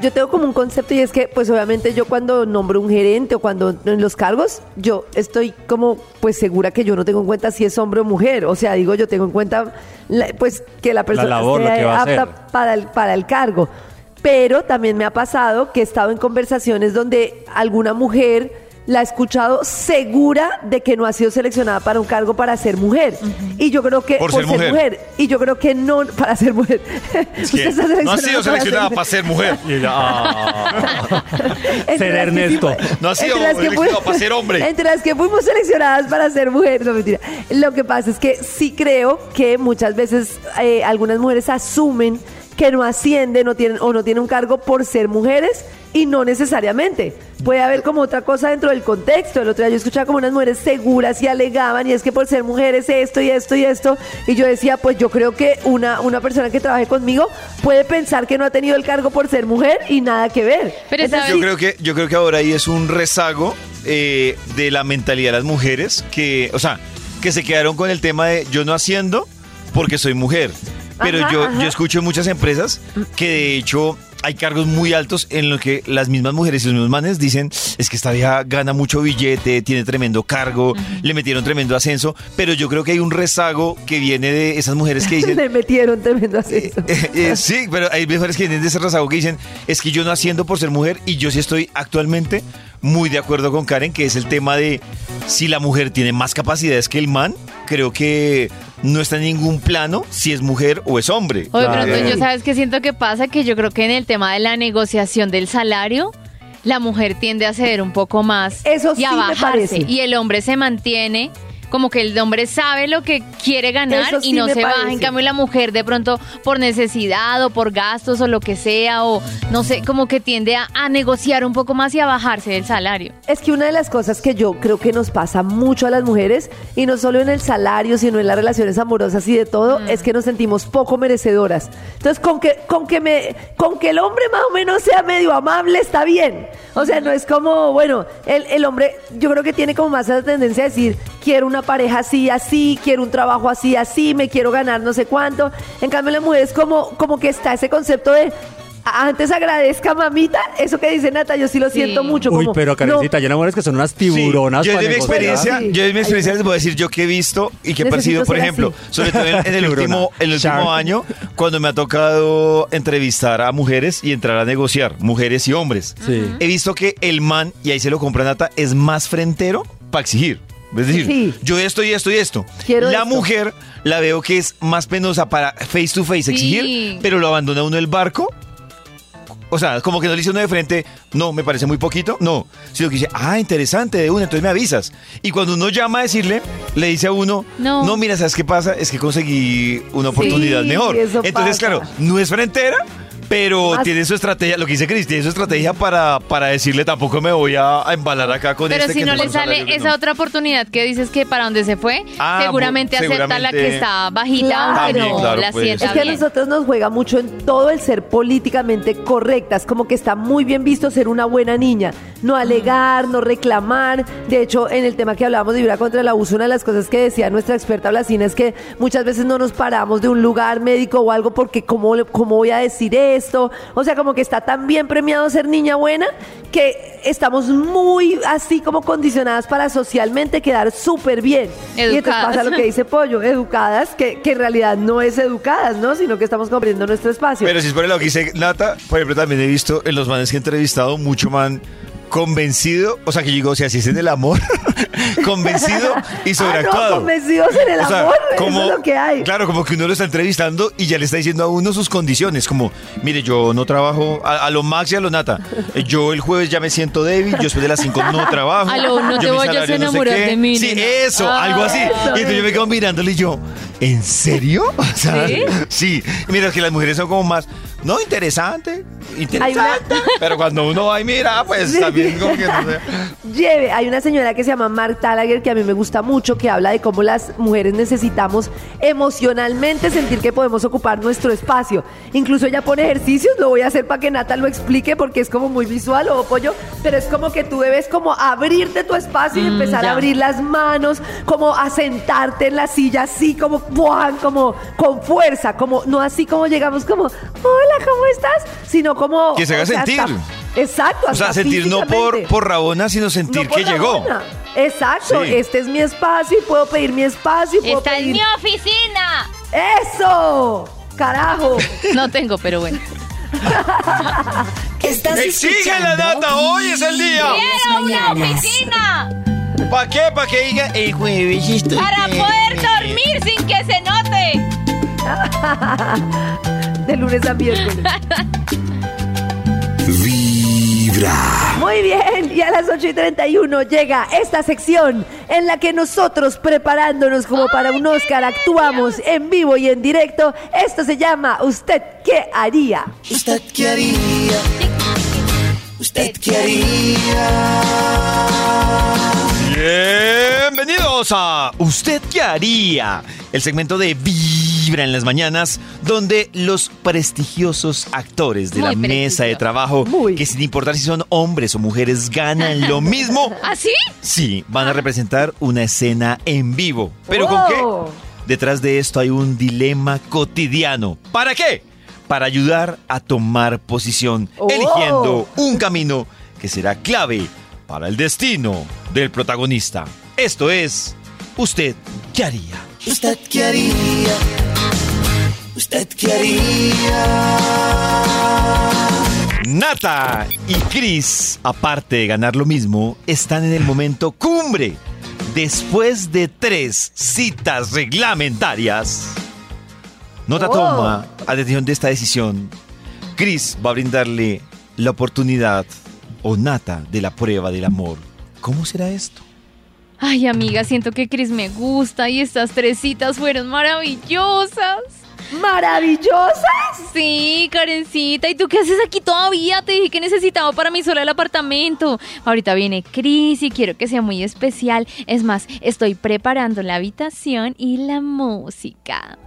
Yo tengo como un concepto y es que, pues obviamente yo cuando nombro un gerente o cuando en los cargos, yo estoy como pues segura que yo no tengo en cuenta si es hombre o mujer. O sea, digo, yo tengo en cuenta la- pues que la persona
labor, lo
sea
que va a
apta
hacer.
para el, para el cargo. Pero también me ha pasado que he estado en conversaciones donde alguna mujer la ha escuchado segura de que no ha sido seleccionada para un cargo para ser mujer. Y yo creo que
Por ser mujer.
Y yo creo que no para ser mujer. Usted está
no ha sido
seleccionada para
seleccionada para ser mujer.
Y ella, ah.
Entre
Ser
las que
Ernesto.
fuimos-
No ha sido
entre las que
elegido
fuimos-
para ser hombre.
Entre las que fuimos seleccionadas para ser mujer, no mentira. Lo que pasa es que sí creo que muchas veces eh, algunas mujeres asumen que no ascienden o, tienen, o no tienen un cargo por ser mujeres y no necesariamente. Puede haber como otra cosa dentro del contexto. El otro día yo escuchaba como unas mujeres seguras y alegaban y es que por ser mujeres esto y esto y esto. Y yo decía, pues yo creo que una, una persona que trabaje conmigo puede pensar que no ha tenido el cargo por ser mujer y nada que ver.
Pero
Entonces,
¿sabes?
Yo creo que, yo creo que ahora ahí es un rezago eh, de la mentalidad de las mujeres que, o sea, que se quedaron con el tema de yo no haciendo porque soy mujer. Pero
Ajá,
yo,
ajá.
yo escucho en muchas empresas que de hecho hay cargos muy altos en los que las mismas mujeres y los mismos manes dicen es que esta vieja gana mucho billete, tiene tremendo cargo, le metieron tremendo ascenso, pero yo creo que hay un rezago que viene de esas mujeres que dicen
Le metieron tremendo ascenso.
Eh, eh, sí, pero hay mujeres que tienen ese rezago que dicen, es que yo no haciendo por ser mujer y yo sí estoy actualmente muy de acuerdo con Karen, que es el tema de si la mujer tiene más capacidades que el man, creo que no está en ningún plano si es mujer o es hombre.
O de
Claro.
pronto yo sabes que siento que pasa que yo creo que en el tema de la negociación del salario la mujer tiende a ceder un poco más
Eso
y
sí
a
me
bajarse
parece.
y el hombre se mantiene como que el hombre sabe lo que quiere ganar
Eso
y
sí
no
me
se baja. En
parece.
cambio, la mujer de pronto por necesidad o por gastos o lo que sea o no sé, como que tiende a, a negociar un poco más y a bajarse del salario.
Es que una de las cosas que yo creo que nos pasa mucho a las mujeres, y no solo en el salario, sino en las relaciones amorosas y de todo, es que nos sentimos poco merecedoras. Entonces, con que, con, que me, con que el hombre más o menos sea medio amable, está bien. O sea, no es como, bueno, el, el hombre yo creo que tiene como más esa tendencia a decir, quiero una pareja así, así, quiero un trabajo así, así, me quiero ganar no sé cuánto. En cambio, la mujer es como, como que está ese concepto de... Antes agradezca, mamita. Eso que dice Nata, yo sí lo
Sí.
siento mucho.
Uy,
como,
pero
no,
Karencita, ya no mujeres que son unas
Sí,
tiburonas.
yo
para
de mi
negociar.
experiencia,
Sí.
yo de mi experiencia les voy a decir yo que he visto y que he
Necesito
percibido, por
ser
ejemplo,
así.
sobre todo en, en el
Tiburona.
último, en el último
Shark.
año, cuando me ha tocado entrevistar a mujeres y entrar a negociar, mujeres y hombres.
Sí.
He visto que el man, y ahí se lo compra Nata, es más frentero para exigir. Es decir,
Sí.
yo esto y esto y esto.
Quiero
la
esto.
mujer la veo que es más penosa para face to face
Sí.
exigir, pero lo abandona uno el barco. O sea, como que no le dice uno de frente, no, me parece muy poquito, no. Sino que dice, ah, interesante, de una, entonces me avisas. Y cuando uno llama a decirle, le dice a uno, no,
No.
mira, ¿sabes qué pasa? Es que conseguí una oportunidad
Sí,
mejor.
eso pasa.
Entonces, claro, no es frentera, pero
Más-
tiene su estrategia, lo que dice Cris, tiene su estrategia para, para decirle tampoco me voy a a embalar acá con
Pero
este
si
que
no
tengo
le
un
sale
salario que
esa
no".
otra oportunidad que dices que para donde se fue,
Ah,
seguramente,
bu-
acepta la que
seguramente.
está bajita,
Claro.
aunque no
También,
claro,
la
pues.
sienta
Es que a
bien.
nosotros nos juega mucho en todo el ser políticamente correctas, como que está muy bien visto ser una buena niña, no alegar, no reclamar. De hecho, en el tema que hablábamos de vibra contra el abuso, una de las cosas que decía nuestra experta Blasina es que muchas veces no nos paramos de un lugar médico o algo porque cómo, le- cómo voy a decir esto. O sea, como que está tan bien premiado ser niña buena que estamos muy así como condicionadas para socialmente quedar súper bien. Y entonces
Educadas.
pasa lo que dice Pollo, educadas, que, que en realidad no es educadas, ¿no? Sino que estamos comprendiendo nuestro espacio.
Pero si es por lo que dice Nata, por ejemplo, también he visto en los manes que he entrevistado mucho man convencido, o sea, que yo digo, si así es en el amor, convencido
Ah,
y
no,
sobreactuado.
convencidos en el
O sea,
amor, eso es lo que hay.
Claro, como que uno lo está entrevistando y ya le está diciendo a uno sus condiciones, como, mire, yo no trabajo, a, a lo Max y a lo Nata, eh, yo el jueves ya me siento débil, yo después de las 5 no trabajo.
A lo no
yo
te
mi
vayas a
salario no sé
enamorar
qué".
de mí,
Sí,
nena.
eso,
Ah,
algo así. Y entonces yo me quedo mirándole y yo, ¿en serio? O sea,
¿Sí?
sí. Y mira, que las mujeres son como más, no, interesante, interesante. Pero cuando uno va y mira, pues
Sí.
también como que no sé.
Lleve, hay una señora que se llama Mark Talager que a mí me gusta mucho, que habla de cómo las mujeres necesitamos emocionalmente sentir que podemos ocupar nuestro espacio. Incluso ella pone ejercicios, lo voy a hacer para que Nata lo explique porque es como muy visual o pollo, pero es como que tú debes como abrirte tu espacio y empezar a
ya.
abrir las manos, como a sentarte en la silla así, como ¡buah! como con fuerza, como no así como llegamos como, hola, ¿cómo estás? Sino como...
Que se haga
o sea, hasta-
sentir.
exacto.
O sea,
hasta
sentir no por,
físicamente.
por Rabona, sino sentir
No por
que
la
llegó.
buena. Exacto,
Sí.
este es mi espacio y puedo pedir mi espacio. y Puedo
Está en
pedir-
mi oficina.
¡Eso! ¡Carajo!
No tengo, pero bueno.
Estás
Exige la
escuchando
data, hoy es el día.
¡Quiero una
mañanas.
oficina!
¿Para qué? ¿Para que diga el jueves estoy
Para
bien"?
poder dormir sin que se note.
De lunes a miércoles.
Vibra.
Muy bien, y a las 8 y 31 llega esta sección en la que nosotros preparándonos como para un Oscar actuamos en vivo y en directo. Esto se llama ¿Usted qué haría?
¿Usted qué haría? ¿Usted qué haría?
Bienvenidos a ¿Usted qué haría? El segmento de Vibra en las mañanas, donde los prestigiosos actores de
Muy
la mesa de
prestigioso.
trabajo,
Muy.
que sin importar si son hombres o mujeres, ganan lo mismo.
¿Así?
Sí, van a representar una escena en vivo. ¿Pero con
Oh.
qué? Detrás de esto hay un dilema cotidiano. ¿Para qué? Para ayudar a tomar posición,
Oh.
eligiendo un camino que será clave para el destino del protagonista. Esto es, ¿usted qué haría?
¿Usted qué haría? ¿Usted qué haría?
Nata y Chris, aparte de ganar lo mismo, están en el momento cumbre. Después de tres citas reglamentarias, Nata
Oh.
toma atención de esta decisión. Chris va a brindarle la oportunidad o Nata de la prueba del amor. ¿Cómo será esto?
Ay, amiga, siento que Chris me gusta y estas tres citas fueron maravillosas.
¡Maravillosas!
Sí, Karencita, ¿y tú qué haces aquí todavía? Te dije que necesitaba para mi sola el apartamento. Ahorita viene Cris y quiero que sea muy especial. Es más, estoy preparando la habitación y la música.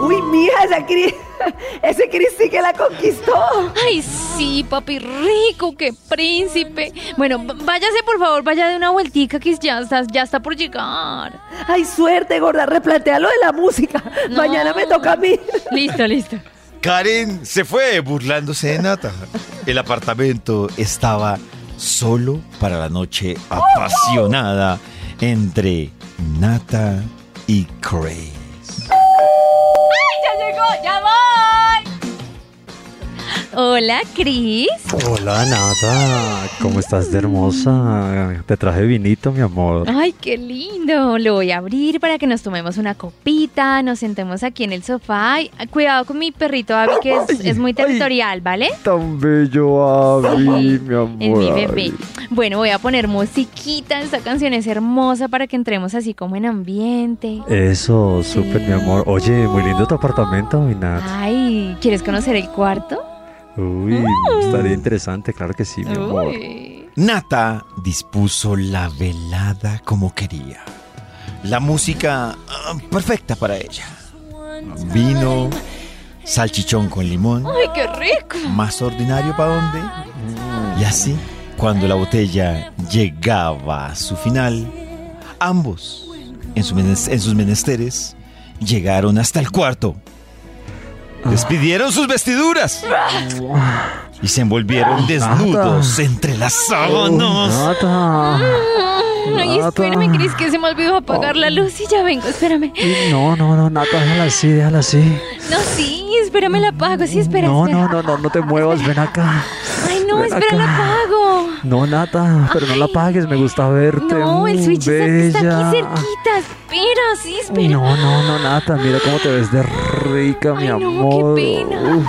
Uy, mija, esa Cris, ese Cris sí que la conquistó.
Ay, sí, papi rico, qué príncipe. Bueno, v- váyase por favor, vaya de una vueltica que ya está, ya está por llegar.
Ay, suerte, gorda, replantea lo de la música.
No.
Mañana me toca a mí.
Listo, listo.
Karen se fue burlándose de Nata. El apartamento estaba solo para la noche apasionada entre Nata y Craig.
¡Ya llegó! ¡Ya voy! Hola, Cris.
Hola, Nata. ¿Cómo estás de hermosa? Te traje vinito, mi amor.
Ay, qué lindo. Lo voy a abrir para que nos tomemos una copita, nos sentemos aquí en el sofá. Ay, cuidado con mi perrito Abby, que es, es muy territorial,
¿Eh?
¿vale?
Tan bello, Abby,
Sí,
mi amor.
Es mi bebé.
Ay.
Bueno, voy a poner musiquita. Esta canción es hermosa para que entremos así como en ambiente.
Eso, súper, mi amor. Oye, muy lindo tu apartamento, mi Nata.
Ay, ¿quieres conocer el cuarto?
Uy,
Mm.
estaría interesante, claro que sí, mi amor.
Uy.
Nata dispuso la velada como quería. La música ah, perfecta para ella. Vino, salchichón con limón.
Ay, qué rico.
más ordinario para dónde. Y así, cuando la botella llegaba a su final, ambos, en, su menes- en sus menesteres, llegaron hasta el cuarto. Despidieron sus vestiduras y se envolvieron desnudos, entrelazándonos.
Ay, espérame, Cris, que se me olvidó apagar la luz y ya vengo, espérame.
No, no, no, Nata, déjala así, déjala así.
No, sí, espérame, la apago, sí, espera,
No,
espera.
no, no, no, no te muevas, ven acá.
Ay, no,
Ven
espera, la
acá.
apago.
No, Nata, pero no la
Ay.
apagues, me gusta verte.
No, el
mm,
switch está, está
bella.
aquí cerquita, espera, sí, espera.
No, no, no, Nata, mira cómo te ves de rica, mi
Ay, no,
amor.
qué pena.
Uf.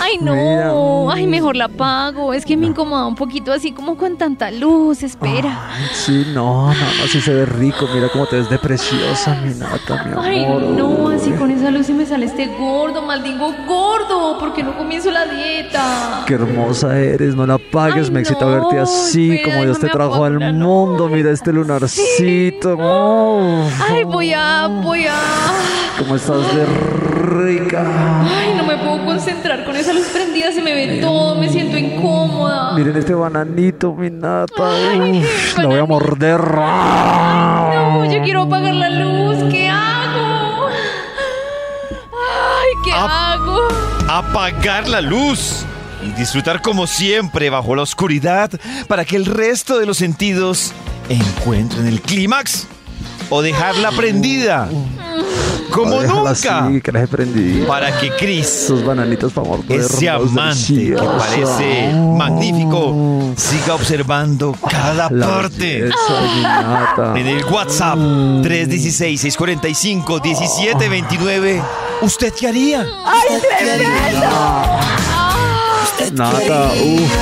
Ay, no.
mira.
Ay, mejor la apago. Es que me incomoda un poquito así como con tanta luz. Espera.
Ay, Sí, no, no, no, sí se ve rico, mira cómo te ves de preciosa, mi Nata, mi amor.
Ay, no,
Uy.
así con esa luz se me sale este gordo, maldigo gordo. porque no comienzo la dieta?
Qué hermosa eres, no la apagues,
Ay,
me excita
no,
verte así,
espera,
como Dios te
déjame
trajo al
apagar la
mundo,
luz.
mira este lunarcito. uf,
Ay, voy a, voy a.
cómo estás de rica.
Ay, no me puedo concentrar con esa luz prendida, se me ve todo, me siento incómoda.
Miren este bananito, mi nata,
Ay,
uf, lo voy a morder.
No, yo quiero apagar la luz, ¿qué hago? Ay, ¿qué
Ah.
hago?
Apagar la luz y disfrutar como siempre bajo la oscuridad para que el resto de los sentidos encuentren el clímax o dejarla prendida como
Déjala
nunca
así, que la he prendido.
para que Chris
Esos bananitos para morder.
Ese
los de
amante que
chica.
parece magnífico siga observando cada
La
parte.
belleza, mi nata.
En el WhatsApp 316-645-1729, ¿usted qué haría?
Nata, uff.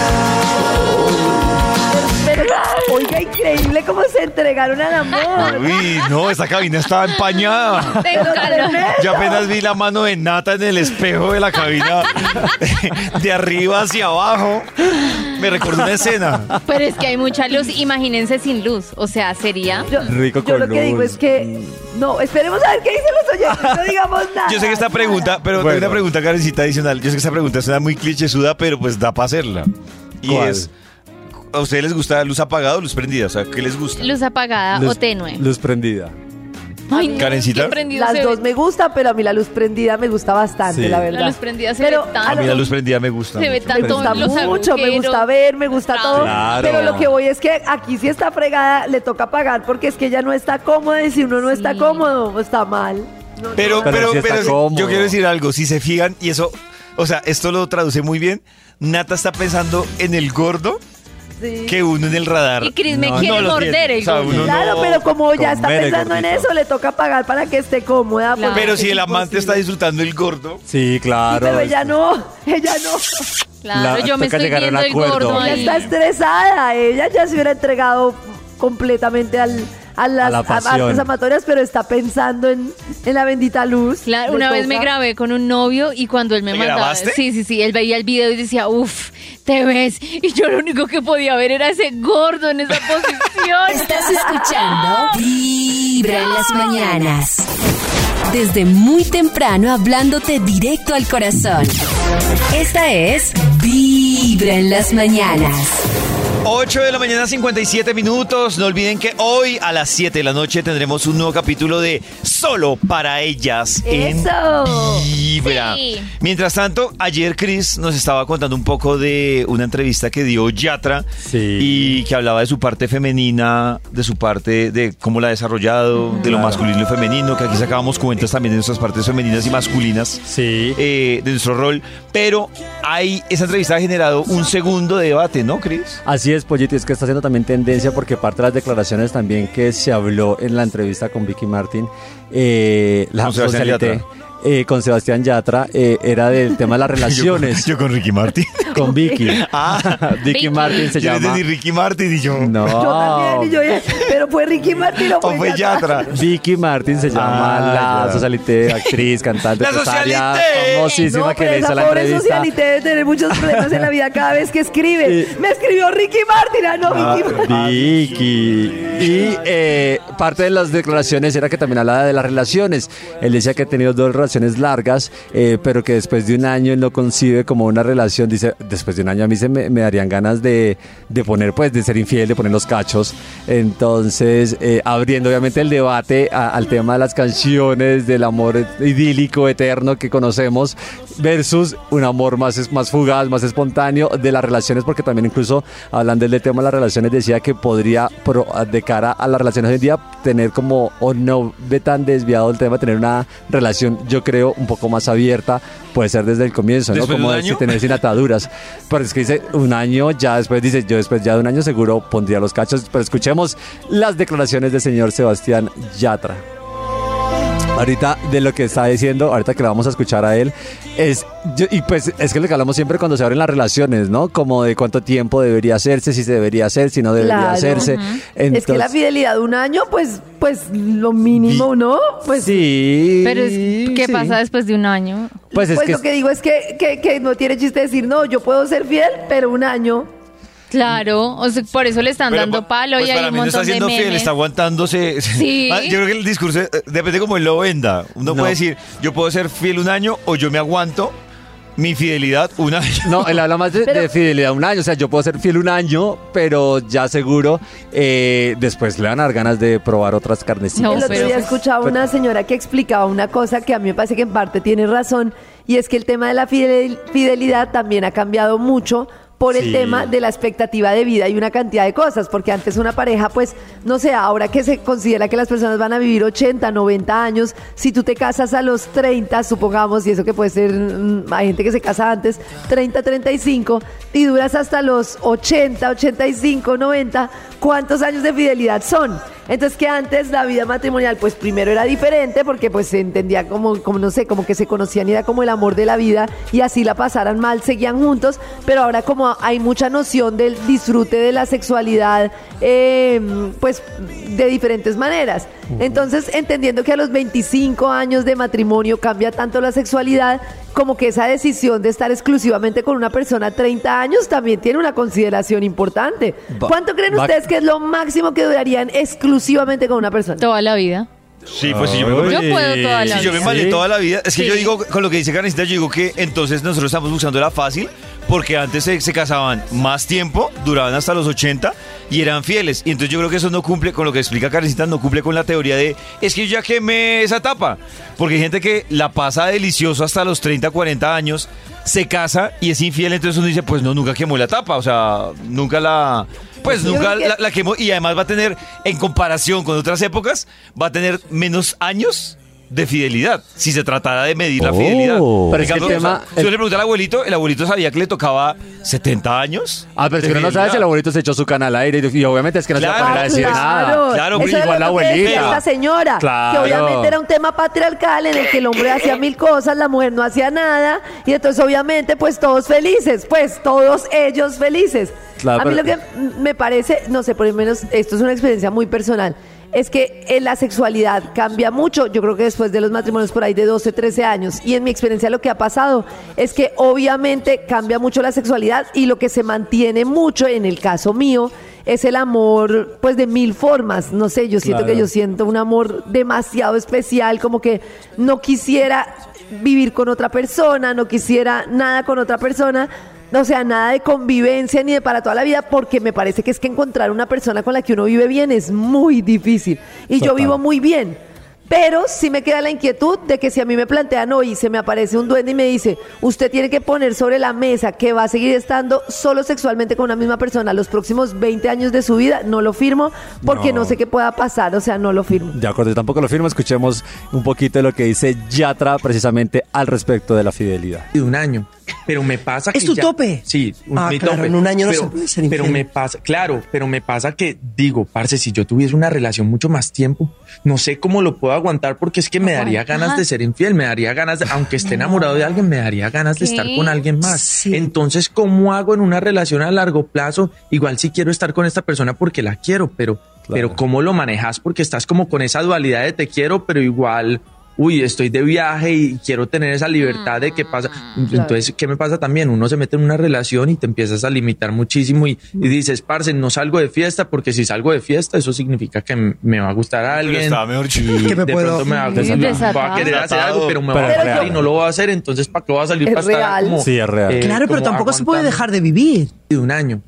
Pero, oiga, increíble cómo se entregaron al amor.
Uy, no, esa cabina estaba empañada.
Tengo calor.
Yo apenas vi la mano de Nata en el espejo de la cabina, de arriba hacia abajo. Me recordó una escena.
Pero es que hay mucha luz, imagínense sin luz, o sea, sería...
Yo,
Rico
yo lo
con
que digo
luz.
es que. No, esperemos a ver qué dicen los oyentes. No digamos nada.
Yo sé que esta pregunta, pero
Bueno.
hay una pregunta, Karencita, adicional. Yo sé que esta pregunta suena muy clichésuda, pero pues da para hacerla. Y
¿Cuál?
es, ¿a ustedes les gusta luz apagada o luz prendida? O sea, ¿qué les gusta?
Luz apagada Ah, o tenue.
Luz prendida.
Ay, no,
¿Karencita?
qué prendido se
Las
ve.
dos me gustan, pero a mí la luz prendida me gusta bastante,
Sí.
la
La
verdad.
luz prendida se
Pero
ve
a
A
tan...
mí la luz prendida me gusta.
Se ve
mucho.
tanto
Me gusta
los
mucho, me
agujeros.
gusta ver, me gusta todo.
Claro.
Pero lo que voy es que aquí sí está fregada, le toca pagar porque es que ella no está cómoda y si uno no está
Sí.
cómodo, está mal. No,
Pero,
Pero
pero,
sí está
pero,
cómodo.
yo quiero decir algo. Si se fijan, y eso, o sea, esto lo traduce muy bien. Nata está pensando en el gordo
sí.
que uno en el radar.
Y Chris me
No,
quiere
no lo
morder
tiene.
el
O sea,
gordo.
uno no-
Claro, pero como ya está
comer el
pensando en
gordito.
eso, le toca pagar para que esté cómoda.
Claro.
porque
Pero si
Ah, es
el amante está
imposible.
disfrutando el gordo,
Sí,
Sí,
claro.
pero ella no, ella no.
Claro,
La-
yo me
toca
estoy
llegar a un
viendo el
acuerdo.
gordo
Ya
Ella
ahí.
está estresada, ella ya se hubiera entregado completamente al, a las
A la
a- artes
pasión.
amatorias, pero está pensando en, en la bendita luz.
Claro,
Le
una vez me
toca.
grabé con un novio y cuando él me
¿Te
mandaba.
grabaste?
Sí, sí, sí. Él veía el video y decía, uff, te ves. Y yo lo único que podía ver era ese gordo en esa posición.
Estás escuchando Vibra en las mañanas. Desde muy temprano hablándote directo al corazón. Esta es Vibra en las mañanas.
8 de la mañana, 57 minutos. No olviden que hoy a las 7 de la noche tendremos un nuevo capítulo de Solo para ellas en
¡Eso!
Vibra.
Sí.
Mientras tanto, ayer Chris nos estaba contando un poco de una entrevista que dio Yatra
Sí.
y que hablaba de su parte femenina, de su parte de cómo la ha desarrollado, de lo
Claro.
masculino y femenino, que aquí sacábamos cuentas también de nuestras partes femeninas y masculinas
Sí.
eh, de nuestro rol. Pero hay, esa entrevista ha generado un segundo debate, ¿no, Chris?
Así es, Pollito, y es que está haciendo también tendencia porque parte de las declaraciones también que se habló en la entrevista con Vicky Martin, eh, la
Con Sebastián
socialité,
Yatra.
eh, con Sebastián Yatra, eh, era del tema de las relaciones
Yo con Ricky Martin.
con Vicky.
Ah,
Vicky.
Vicky Martin se
yo
llama.
entendí Ricky Martin y yo.
No.
Yo también, y yo, pero fue Ricky Martin o
O
fue
fue
Yatra.
Yatra.
Vicky Martin se llama
Ah,
la
ya.
socialité, actriz, cantante,
La
empresaria,
socialité.
famosísima
No,
que
pero
le hizo
esa
la
pobre
entrevista.
socialité debe tener muchos problemas
Ah,
en la vida cada vez que escribe. Me escribió Ricky Martin, ah, no, Vicky Martin.
Vicky.
Y eh, parte de las declaraciones era que también hablaba de las relaciones. Él decía que ha tenido dos relaciones largas, eh, pero que después de un año él lo concibe como una relación. Dice, después de un año a mí se me, me darían ganas de, de poner, pues, de ser infiel, de poner los cachos. Entonces, eh, abriendo obviamente el debate a- al tema de las canciones, del amor idílico, eterno que conocemos, versus un amor más, es- más fugaz, más espontáneo de las relaciones, porque también incluso hablando del tema de las relaciones, decía que podría, pro- de cara a las relaciones hoy en día, tener como, o no ve tan desviado el tema, tener una relación, yo creo, un poco más abierta, puede ser desde el comienzo, ¿no?
¿Después de
Como
un
si
año?
tener sin ataduras. Pero es que dice, un año ya después, dice, yo después ya de un año seguro pondría los cachos, pero escuchemos las declaraciones del señor Sebastián Yatra. Ahorita de lo que está diciendo, ahorita que la vamos a escuchar a él, es, yo- y pues es que lo que hablamos siempre cuando se abren las relaciones, ¿no? Como de cuánto tiempo debería hacerse, si se debería hacer, si no debería
Claro.
hacerse.
Ujú. es que la
Entonces-
fidelidad de un año, pues, pues lo mínimo, ¿no? Pues,
sí.
Pero es, ¿qué
sí.
pasa después de un año?
Pues es
pues
que
lo que digo es que, que- que no tiene chiste decir, no, yo puedo ser fiel, pero un año.
Claro, o sea, por eso le están
Pero,
dando
pa-
palo
pues
y hay
para
un
mí no está
montón de
siendo
memes.
fiel, está aguantándose.
Sí.
Ah, Yo creo que el discurso, eh, depende como él lo venda. Uno
No.
puede decir, yo puedo ser fiel un año o yo me aguanto mi fidelidad un año.
No, él habla más de,
Pero-
de fidelidad un año. O sea, yo puedo ser fiel un año, pero ya seguro eh, después le van a dar ganas de probar otras carnecitas.
No,
el otro
pero- pues
día escuchaba a una señora que explicaba una cosa que a mí me parece que en parte tiene razón, y es que el tema de la fidel- fidelidad también ha cambiado mucho por el
Sí.
tema de la expectativa de vida y una cantidad de cosas, porque antes una pareja, pues, no sé, ahora que se considera que las personas van a vivir 80, 90 años, si tú te casas a los 30, supongamos, y eso que puede ser, mm, hay gente que se casa antes, 30, 35, y duras hasta los 80, 85, 90, ¿cuántos años de fidelidad son? Entonces que antes la vida matrimonial pues primero era diferente porque pues se entendía como, como no sé, como que se conocían y era como el amor de la vida y así la pasaran mal, seguían juntos, pero ahora como hay mucha noción del disfrute de la sexualidad eh, pues de diferentes maneras. Entonces entendiendo que a los 25 años de matrimonio cambia tanto la sexualidad como que esa decisión de estar exclusivamente con una persona 30 años también tiene una consideración importante.
Va-
¿Cuánto creen
va-
ustedes que es lo máximo que durarían exclusivamente con una persona.
Toda la vida.
Sí, pues si yo me
Yo puedo toda la
Si yo me
vida.
malé toda la vida, es que
Sí.
yo digo, con lo que dice Karencita, yo digo que entonces nosotros estamos buscando la fácil, porque antes se, se casaban más tiempo, duraban hasta los 80 y eran fieles. Y entonces yo creo que eso no cumple con lo que explica Karencita, no cumple con la teoría de, es que yo ya quemé esa etapa. Porque hay gente que la pasa delicioso hasta los 30, 40 años, se casa y es infiel, entonces uno dice, pues no, nunca quemó la etapa, o sea, nunca la... Pues
Yo
nunca
creo que-
la, la quemó y además va a tener, en comparación con otras épocas, va a tener menos años de fidelidad, si se tratara de medir la
Oh.
fidelidad. En
Pero es que el
cambio,
tema-
o sea, si yo le pregunté al abuelito, el abuelito sabía que le tocaba 70 años.
Ah, pero es
de
que uno no sabe
fidelidad.
si el abuelito se echó su cana al aire y, y obviamente es que no se va a
Claro,
poner a decir nada.
Claro,
Eso
pero
era
Ah, igual
lo
la
que te decía
abuelita.
Esta señora, que
Claro.
obviamente era un tema patriarcal en el que el hombre hacía mil cosas, la mujer no hacía nada, y entonces obviamente pues todos felices, pues todos ellos felices.
Claro,
A mí
pero-
lo que me parece, no sé, por lo menos esto es una experiencia muy personal, es que eh, la sexualidad cambia mucho, yo creo que después de los matrimonios por ahí de 12, 13 años, y en mi experiencia lo que ha pasado es que obviamente cambia mucho la sexualidad y lo que se mantiene mucho, en el caso mío, es el amor pues de mil formas, no sé, yo siento que
Claro.
yo siento un amor demasiado especial, como que no quisiera vivir con otra persona, no quisiera nada con otra persona, o sea, nada de convivencia ni de para toda la vida, porque me parece que es que encontrar una persona con la que uno vive bien es muy difícil. Y yo
Total.
vivo muy bien. Pero sí me queda la inquietud de que si a mí me plantean hoy y se me aparece un duende y me dice, usted tiene que poner sobre la mesa que va a seguir estando solo sexualmente con una misma persona los próximos 20 años de su vida, no lo firmo porque no,
No.
sé qué pueda pasar, o sea, no lo firmo.
De acuerdo, yo tampoco lo firmo. Escuchemos un poquito de lo que dice Yatra precisamente al respecto de la fidelidad.
de un año. Pero me pasa que.
¿Es tu
ya-
tope?
Sí, un,
Ah,
mi
claro,
tope.
en un año no
pero,
se puede ser
Pero
infiel.
me pasa, claro, pero me pasa que digo, parce, si yo tuviese una relación mucho más tiempo, no sé cómo lo puedo aguantar porque es que me daría
Aguantar.
ganas de ser infiel, me daría ganas, de- aunque esté enamorado de alguien, me daría ganas de estar
¿Qué?
con alguien más.
Sí.
Entonces, ¿cómo hago en una relación a largo plazo? Igual si quiero estar con esta persona porque la quiero, pero, pero ¿cómo lo manejas? Porque estás como con esa dualidad de te quiero, pero igual uy, estoy de viaje y quiero tener esa libertad de qué pasa. Entonces, ¿qué me pasa también? Uno se mete en una relación y te empiezas a limitar muchísimo y, y dices, parce, no salgo de fiesta porque si salgo de fiesta, eso significa que m- me va a gustar a alguien.
estaba mejor
y
chido.
de
Que me puedo-
pronto me va a,
Sí,
va a querer hacer algo, pero me va a
Pero
gustar
yo-
y no lo va a hacer. Entonces, ¿para qué va a salir
Es
para estar
real.
como, eh,
Sí, es real.
Claro, pero
como
tampoco se
aguantando
puede dejar de vivir.
de un año?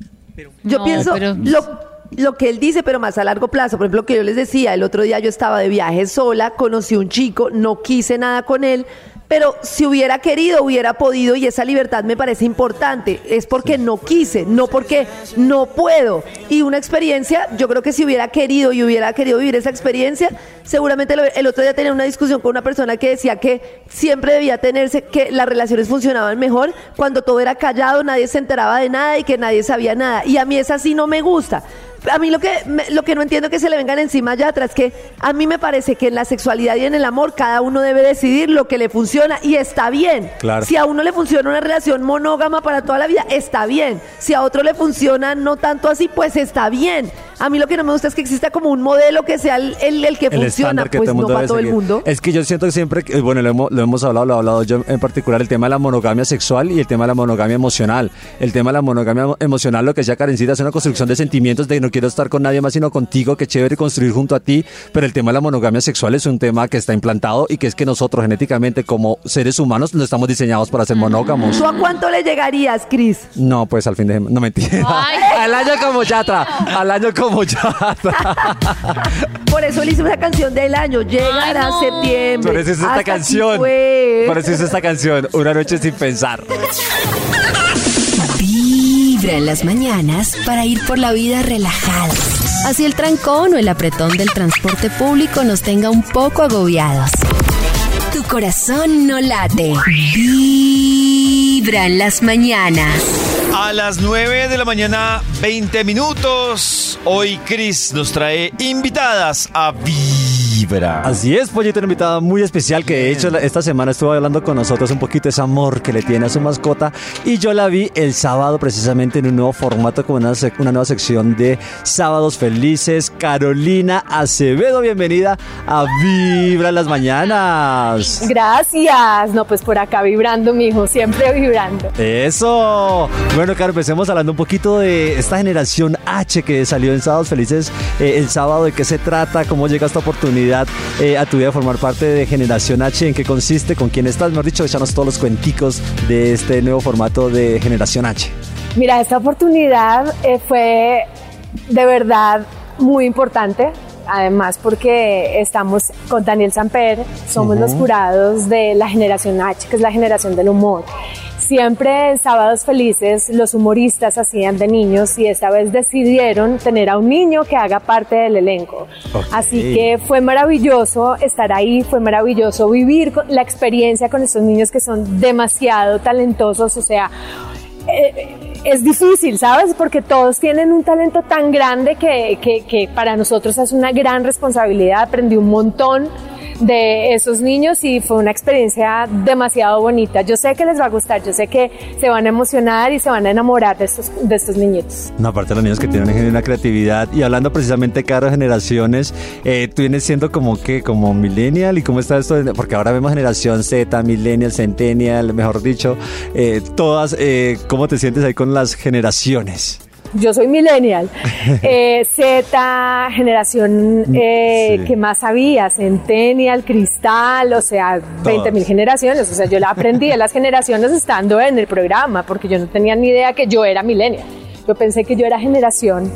Yo
No,
pienso
pero-
lo, lo que él dice, pero más a largo plazo. Por ejemplo, lo que yo les decía, el otro día yo estaba de viaje sola, conocí un chico, no quise nada con él, pero si hubiera querido, hubiera podido y esa libertad me parece importante. Es porque no quise, no porque no puedo. Y una experiencia, yo creo que si hubiera querido y hubiera querido vivir esa experiencia, seguramente lo- el otro día tenía una discusión con una persona que decía que siempre debía tenerse, que las relaciones funcionaban mejor cuando todo era callado, nadie se enteraba de nada y que nadie sabía nada. Y a mí esa sí no me gusta. A mí lo que, me- lo que no entiendo que se le vengan encima allá atrás, que a mí me parece que en la sexualidad y en el amor cada uno debe decidir lo que le funciona y está bien.
Claro.
Si a uno le funciona una relación monógama para toda la vida, está bien. Si a otro le funciona no tanto así, pues está bien. A mí lo que no me gusta es que exista como un modelo que sea el, el- el que
el
funciona,
estándar que
pues
todo el
no
mundo
para
debe
todo el
seguir.
mundo.
Es que yo siento que siempre, que- bueno, lo hemos, lo hemos hablado, lo he hablado yo en particular, el tema de la monogamia sexual y el tema de la monogamia emocional. El tema de la monogamia emo- emocional, lo que ya Karencita, es una construcción de sentimientos de no quiero estar con nadie más sino contigo, que chévere construir junto a ti, pero el tema de la monogamia sexual es un tema que está implantado y que es que nosotros genéticamente como seres humanos no estamos diseñados para ser monógamos.
¿Tú a cuánto le llegarías, Cris?
No, pues al fin de semana, no mentira. al año como yatra, al año como yatra.
Por eso le hice una canción del año. Llegará septiembre.
Por eso es esta
Hasta aquí
canción.
fue.
Por eso es esta canción. Una noche sin pensar.
Vibra en las mañanas para ir por la vida relajada. Así el trancón o el apretón del transporte público nos tenga un poco agobiados. Tu corazón no late. Vibra en las mañanas.
A las 9 de la mañana, 20 minutos. Hoy Chris nos trae invitadas a Vibra.
Así es, Pollito, una invitada muy especial que de hecho la- esta semana estuvo hablando con nosotros un poquito de ese amor que le tiene a su mascota y yo la vi el sábado precisamente en un nuevo formato con una, sec- una nueva sección de Sábados Felices. Carolina Acevedo, bienvenida a Vibra en las Mañanas.
Gracias. No, pues por acá vibrando, mijo, siempre vibrando.
Eso. Bueno, claro, empecemos hablando un poquito de esta generación H que salió en Sábados Felices eh, el sábado. ¿De qué se trata? ¿Cómo llega esta oportunidad eh, a tu vida de formar parte de Generación H? ¿En qué consiste? ¿Con quién estás? Mejor dicho, echanos todos los cuenticos de este nuevo formato de Generación H.
Mira, esta oportunidad eh, fue de verdad muy importante, además porque estamos con Daniel Samper, somos
Ujú.
los jurados de la generación H, que es la generación del humor. Siempre en Sábados Felices los humoristas hacían de niños y esta vez decidieron tener a un niño que haga parte del elenco.
Ok.
Así que fue maravilloso estar ahí, fue maravilloso vivir con- la experiencia con estos niños que son demasiado talentosos, o sea, eh, es difícil, ¿sabes? Porque todos tienen un talento tan grande que, que- que para nosotros es una gran responsabilidad. Aprendí un montón de esos niños y fue una experiencia demasiado bonita. Yo sé que les va a gustar, yo sé que se van a emocionar y se van a enamorar de estos, de estos niñitos.
No, aparte los niños que tienen una creatividad. Y hablando precisamente, Caro, de generaciones, eh, tú vienes siendo como que, como millennial y cómo está esto, porque ahora vemos generación Z, millennial, centennial, mejor dicho, eh, todas, eh, ¿cómo te sientes ahí con las generaciones?
Yo soy millennial, eh, Z, generación eh,
Sí.
que más había, Centennial, Cristal, o sea, 20 mil generaciones. O sea, yo la aprendí de las generaciones estando en el programa, porque yo no tenía ni idea que yo era millennial. Yo pensé que yo era generación.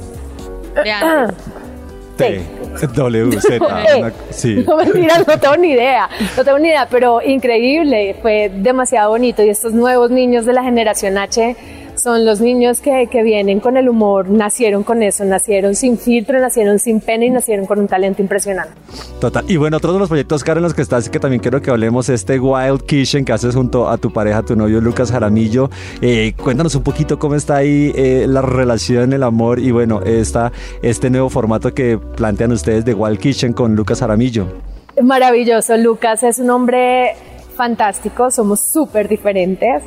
ah,
T, W, Z.
Eh,
una- sí.
No mentiras, no tengo ni idea, no tengo ni idea, pero increíble, fue demasiado bonito y estos nuevos niños de la generación H son los niños que, que vienen con el humor, nacieron con eso, nacieron sin filtro, nacieron sin pena y nacieron con un talento impresionante.
Total. Y bueno, otro de los proyectos, Caro, en los que estás, que también quiero que hablemos, este Wild Kitchen que haces junto a tu pareja, tu novio Lucas Jaramillo. Eh, cuéntanos un poquito cómo está ahí eh, la relación, el amor y bueno, esta, este nuevo formato que plantean ustedes de Wild Kitchen con Lucas Jaramillo.
Maravilloso, Lucas es un hombre fantástico, somos súper diferentes.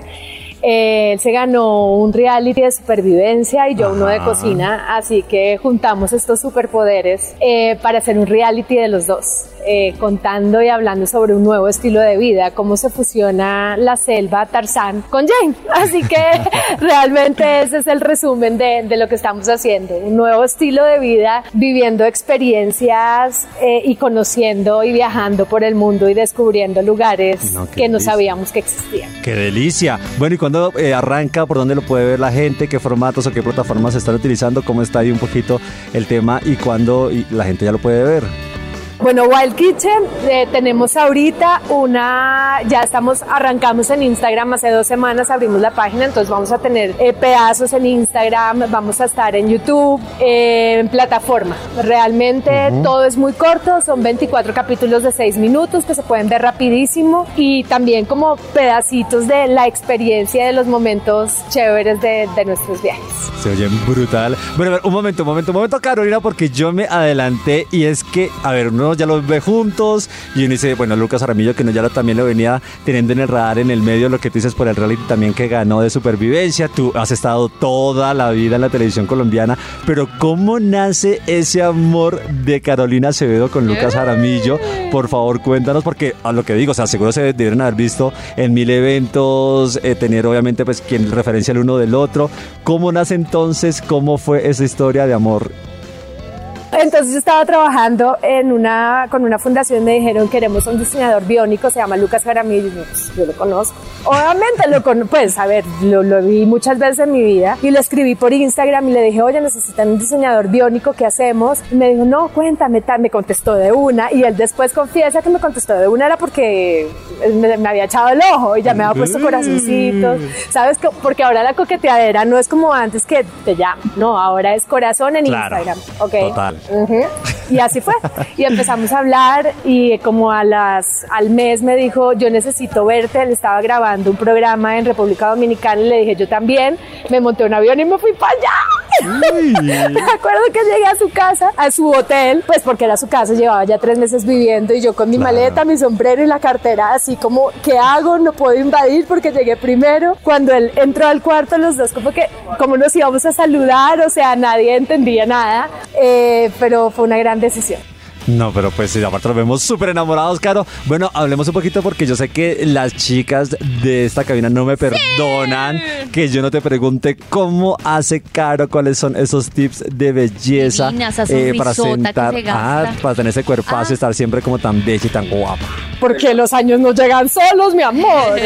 Eh, él se ganó un reality de supervivencia y yo uno de
Ajá.
cocina, así que juntamos estos superpoderes eh, para hacer un reality de los dos, eh, contando y hablando sobre un nuevo estilo de vida, cómo se fusiona la selva Tarzán con Jane. Así que realmente ese es el resumen de, de lo que estamos haciendo, un nuevo estilo de vida, viviendo experiencias eh, y conociendo y viajando por el mundo y descubriendo lugares
No, qué
que no
delicia.
sabíamos que existían.
¡Qué delicia! Bueno, ¿y cuándo eh, arranca? ¿Por dónde lo puede ver la gente? ¿Qué formatos o qué plataformas se están utilizando? ¿Cómo está ahí un poquito el tema? ¿Y cuándo y la gente ya lo puede ver?
Bueno, Wild Kitchen, eh, tenemos ahorita una, ya estamos, arrancamos en Instagram, hace dos semanas abrimos la página, entonces vamos a tener eh, pedazos en Instagram, vamos a estar en YouTube, eh, en plataforma. Realmente
Ujú.
todo es muy corto, son 24 capítulos de 6 minutos que se pueden ver rapidísimo y también como pedacitos de la experiencia de los momentos chéveres de- de nuestros viajes.
Se oyen brutal. Bueno, a ver, un momento, un momento, un momento, Carolina, porque yo me adelanté y es que, a ver, uno ya los ve juntos y uno dice, bueno, Lucas Aramillo, que no ya lo- también lo venía teniendo en el radar, en el medio, lo que tú dices por el reality también que ganó de supervivencia. Tú has estado toda la vida en la televisión colombiana, pero ¿cómo nace ese amor de Carolina Acevedo con Lucas Aramillo? Por favor, cuéntanos, porque a lo que digo, o sea, seguro se debieron haber visto en mil eventos, eh, tener obviamente pues quien referencia el uno del otro. ¿Cómo nace entonces? ¿Cómo fue esa historia de amor?
Entonces yo estaba trabajando en una, con una fundación, me dijeron queremos un diseñador biónico, se llama Lucas Jaramillo, y yo, pues, yo lo conozco. Obviamente lo conozco, pues a ver, lo, lo vi muchas veces en mi vida y le escribí por Instagram y le dije, oye, necesitan un diseñador biónico, ¿qué hacemos? Y me dijo, no, cuéntame, tal", me contestó de una y él después confiesa que me contestó de una era porque me, me había echado el ojo y ya me había puesto
Mm.
corazoncitos. ¿Sabes? Co- Porque ahora la coqueteadera no es como antes que te llamo, no, ahora es corazón en
Claro,
Instagram. ¿ok?
total.
Ujú. Y así fue. Y empezamos a hablar y como a las, al mes me dijo, yo necesito verte, él estaba grabando un programa en República Dominicana y le dije, yo también, me monté un avión y me fui para allá. me acuerdo que llegué a su casa, a su hotel, pues porque era su casa, llevaba ya tres meses viviendo y yo con mi maleta, mi sombrero y la cartera, así como, ¿qué hago? No puedo invadir porque llegué primero. Cuando él entró al cuarto, los dos como que, como nos íbamos a saludar, o sea, nadie entendía nada, eh, pero fue una gran decisión.
No, pero pues sí, aparte nos vemos súper enamorados, Caro. Bueno, hablemos un poquito porque yo sé que las chicas de esta cabina no me perdonan que yo no te pregunte cómo hace Caro, cuáles son esos tips de belleza eh,
Divina, esa sonrisota
para
que
sentar,
se gasta.
ah, para tener ese cuerpazo y estar siempre como tan bella y tan guapa.
Porque los años no llegan solos, mi amor.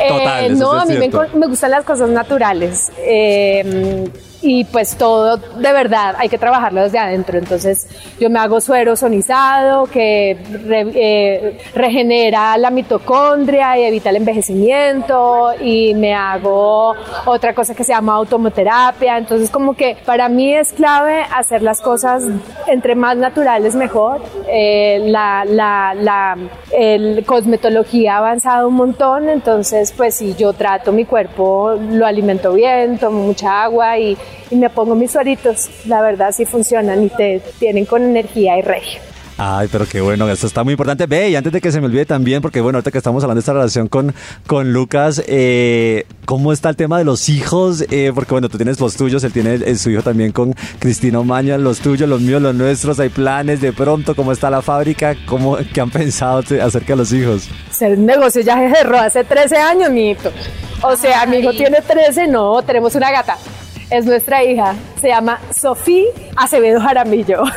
Eh,
Total, eso
no,
sí es
a mí me,
cierto.
encon- me gustan las cosas naturales. eh, y pues todo, de verdad, hay que trabajarlo desde adentro. Entonces, yo me hago suero sonizado que re- eh, regenera la mitocondria y evita el envejecimiento. Y me hago otra cosa que se llama automoterapia. Entonces, como que para mí es clave hacer las cosas entre más naturales mejor. Eh, la, la, la el cosmetología ha avanzado un montón, entonces pues si yo trato mi cuerpo, lo alimento bien, tomo mucha agua y, y me pongo mis sueritos, la verdad sí funcionan y te tienen con energía y regio.
Ay, pero qué bueno, esto está muy importante. Ve, y antes de que se me olvide también, porque bueno, ahorita que estamos hablando de esta relación con, con Lucas, eh, ¿cómo está el tema de los hijos? Eh, porque bueno, tú tienes los tuyos, él tiene eh, su hijo también con Cristina Maña, los tuyos, los míos, los nuestros, hay planes de pronto, ¿cómo está la fábrica? ¿Cómo, ¿Qué han pensado te- acerca de los hijos?
Ser un negocio ya se cerró hace 13 años, mi hijito. O sea, mi hijo tiene 13, no, tenemos una gata. Es nuestra hija, se llama Sofía Acevedo Jaramillo.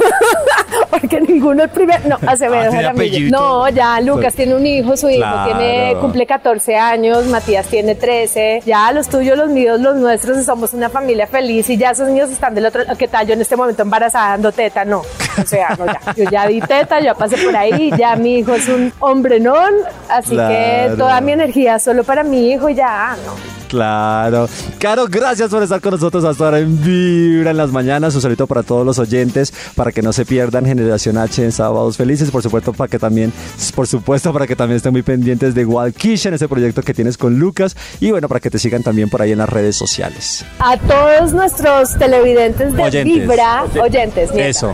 Porque ninguno el primer. No, Acevedo
Ah, tiene
Jaramillo.
apellido.
No, ya Lucas
Pues-
tiene un hijo, su
Claro.
hijo tiene, cumple 14 años, Matías tiene 13. Ya los tuyos, los míos, los nuestros, y somos una familia feliz y ya esos niños están del otro. ¿Qué tal? Yo en este momento embarazada dando teta, no. O sea, no, ya. Yo ya di teta, ya pasé por ahí, ya mi hijo es un hombrenón, así
Claro.
que toda mi energía solo para mi hijo, ya, no.
claro. Caro, gracias por estar con nosotros hasta ahora en Vibra en las mañanas. Un saludo para todos los oyentes, para que no se pierdan Generación H en Sábados Felices. Por supuesto, para que también, por supuesto, para que también estén muy pendientes de Wild Kitchen, ese proyecto que tienes con Lucas. Y bueno, para que te sigan también por ahí en las redes sociales.
A todos nuestros televidentes de
Oyentes.
Vibra, oyentes, nieta.
Eso.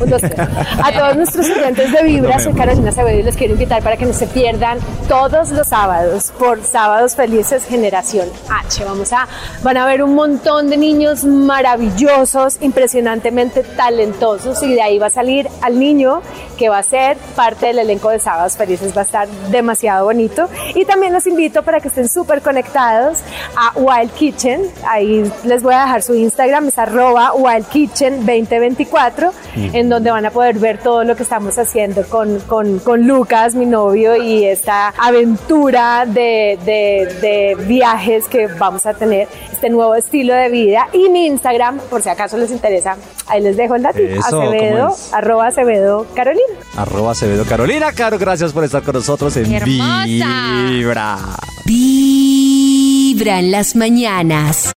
Un, dos, tres. Pues A todos nuestros oyentes de Vibra, soy Carolina Acevedo y los quiero invitar para que no se pierdan todos los sábados por Sábados Felices Generación H. Vamos a, van a ver un montón de niños maravillosos, impresionantemente talentosos y de ahí va a salir al niño que va a ser parte del elenco de Sábados Felices. Va a estar demasiado bonito y también los invito para que estén súper conectados a Wild Kitchen. Ahí les voy a dejar su Instagram, es arroba Wild Kitchen 2024 en donde van a poder ver todo lo que estamos haciendo con, con- con Lucas, mi novio, y esta aventura de, de- de viajes que vamos a tener, este nuevo estilo de vida. Y mi Instagram, por si acaso les interesa, ahí les dejo el dato,
Eso, ¿cómo
Acevedo,
es?
arroba Acevedo Carolina.
Arroba Acevedo Carolina, Caro, gracias por estar con nosotros en
Hermosa.
Vibra.
Vibra en las mañanas.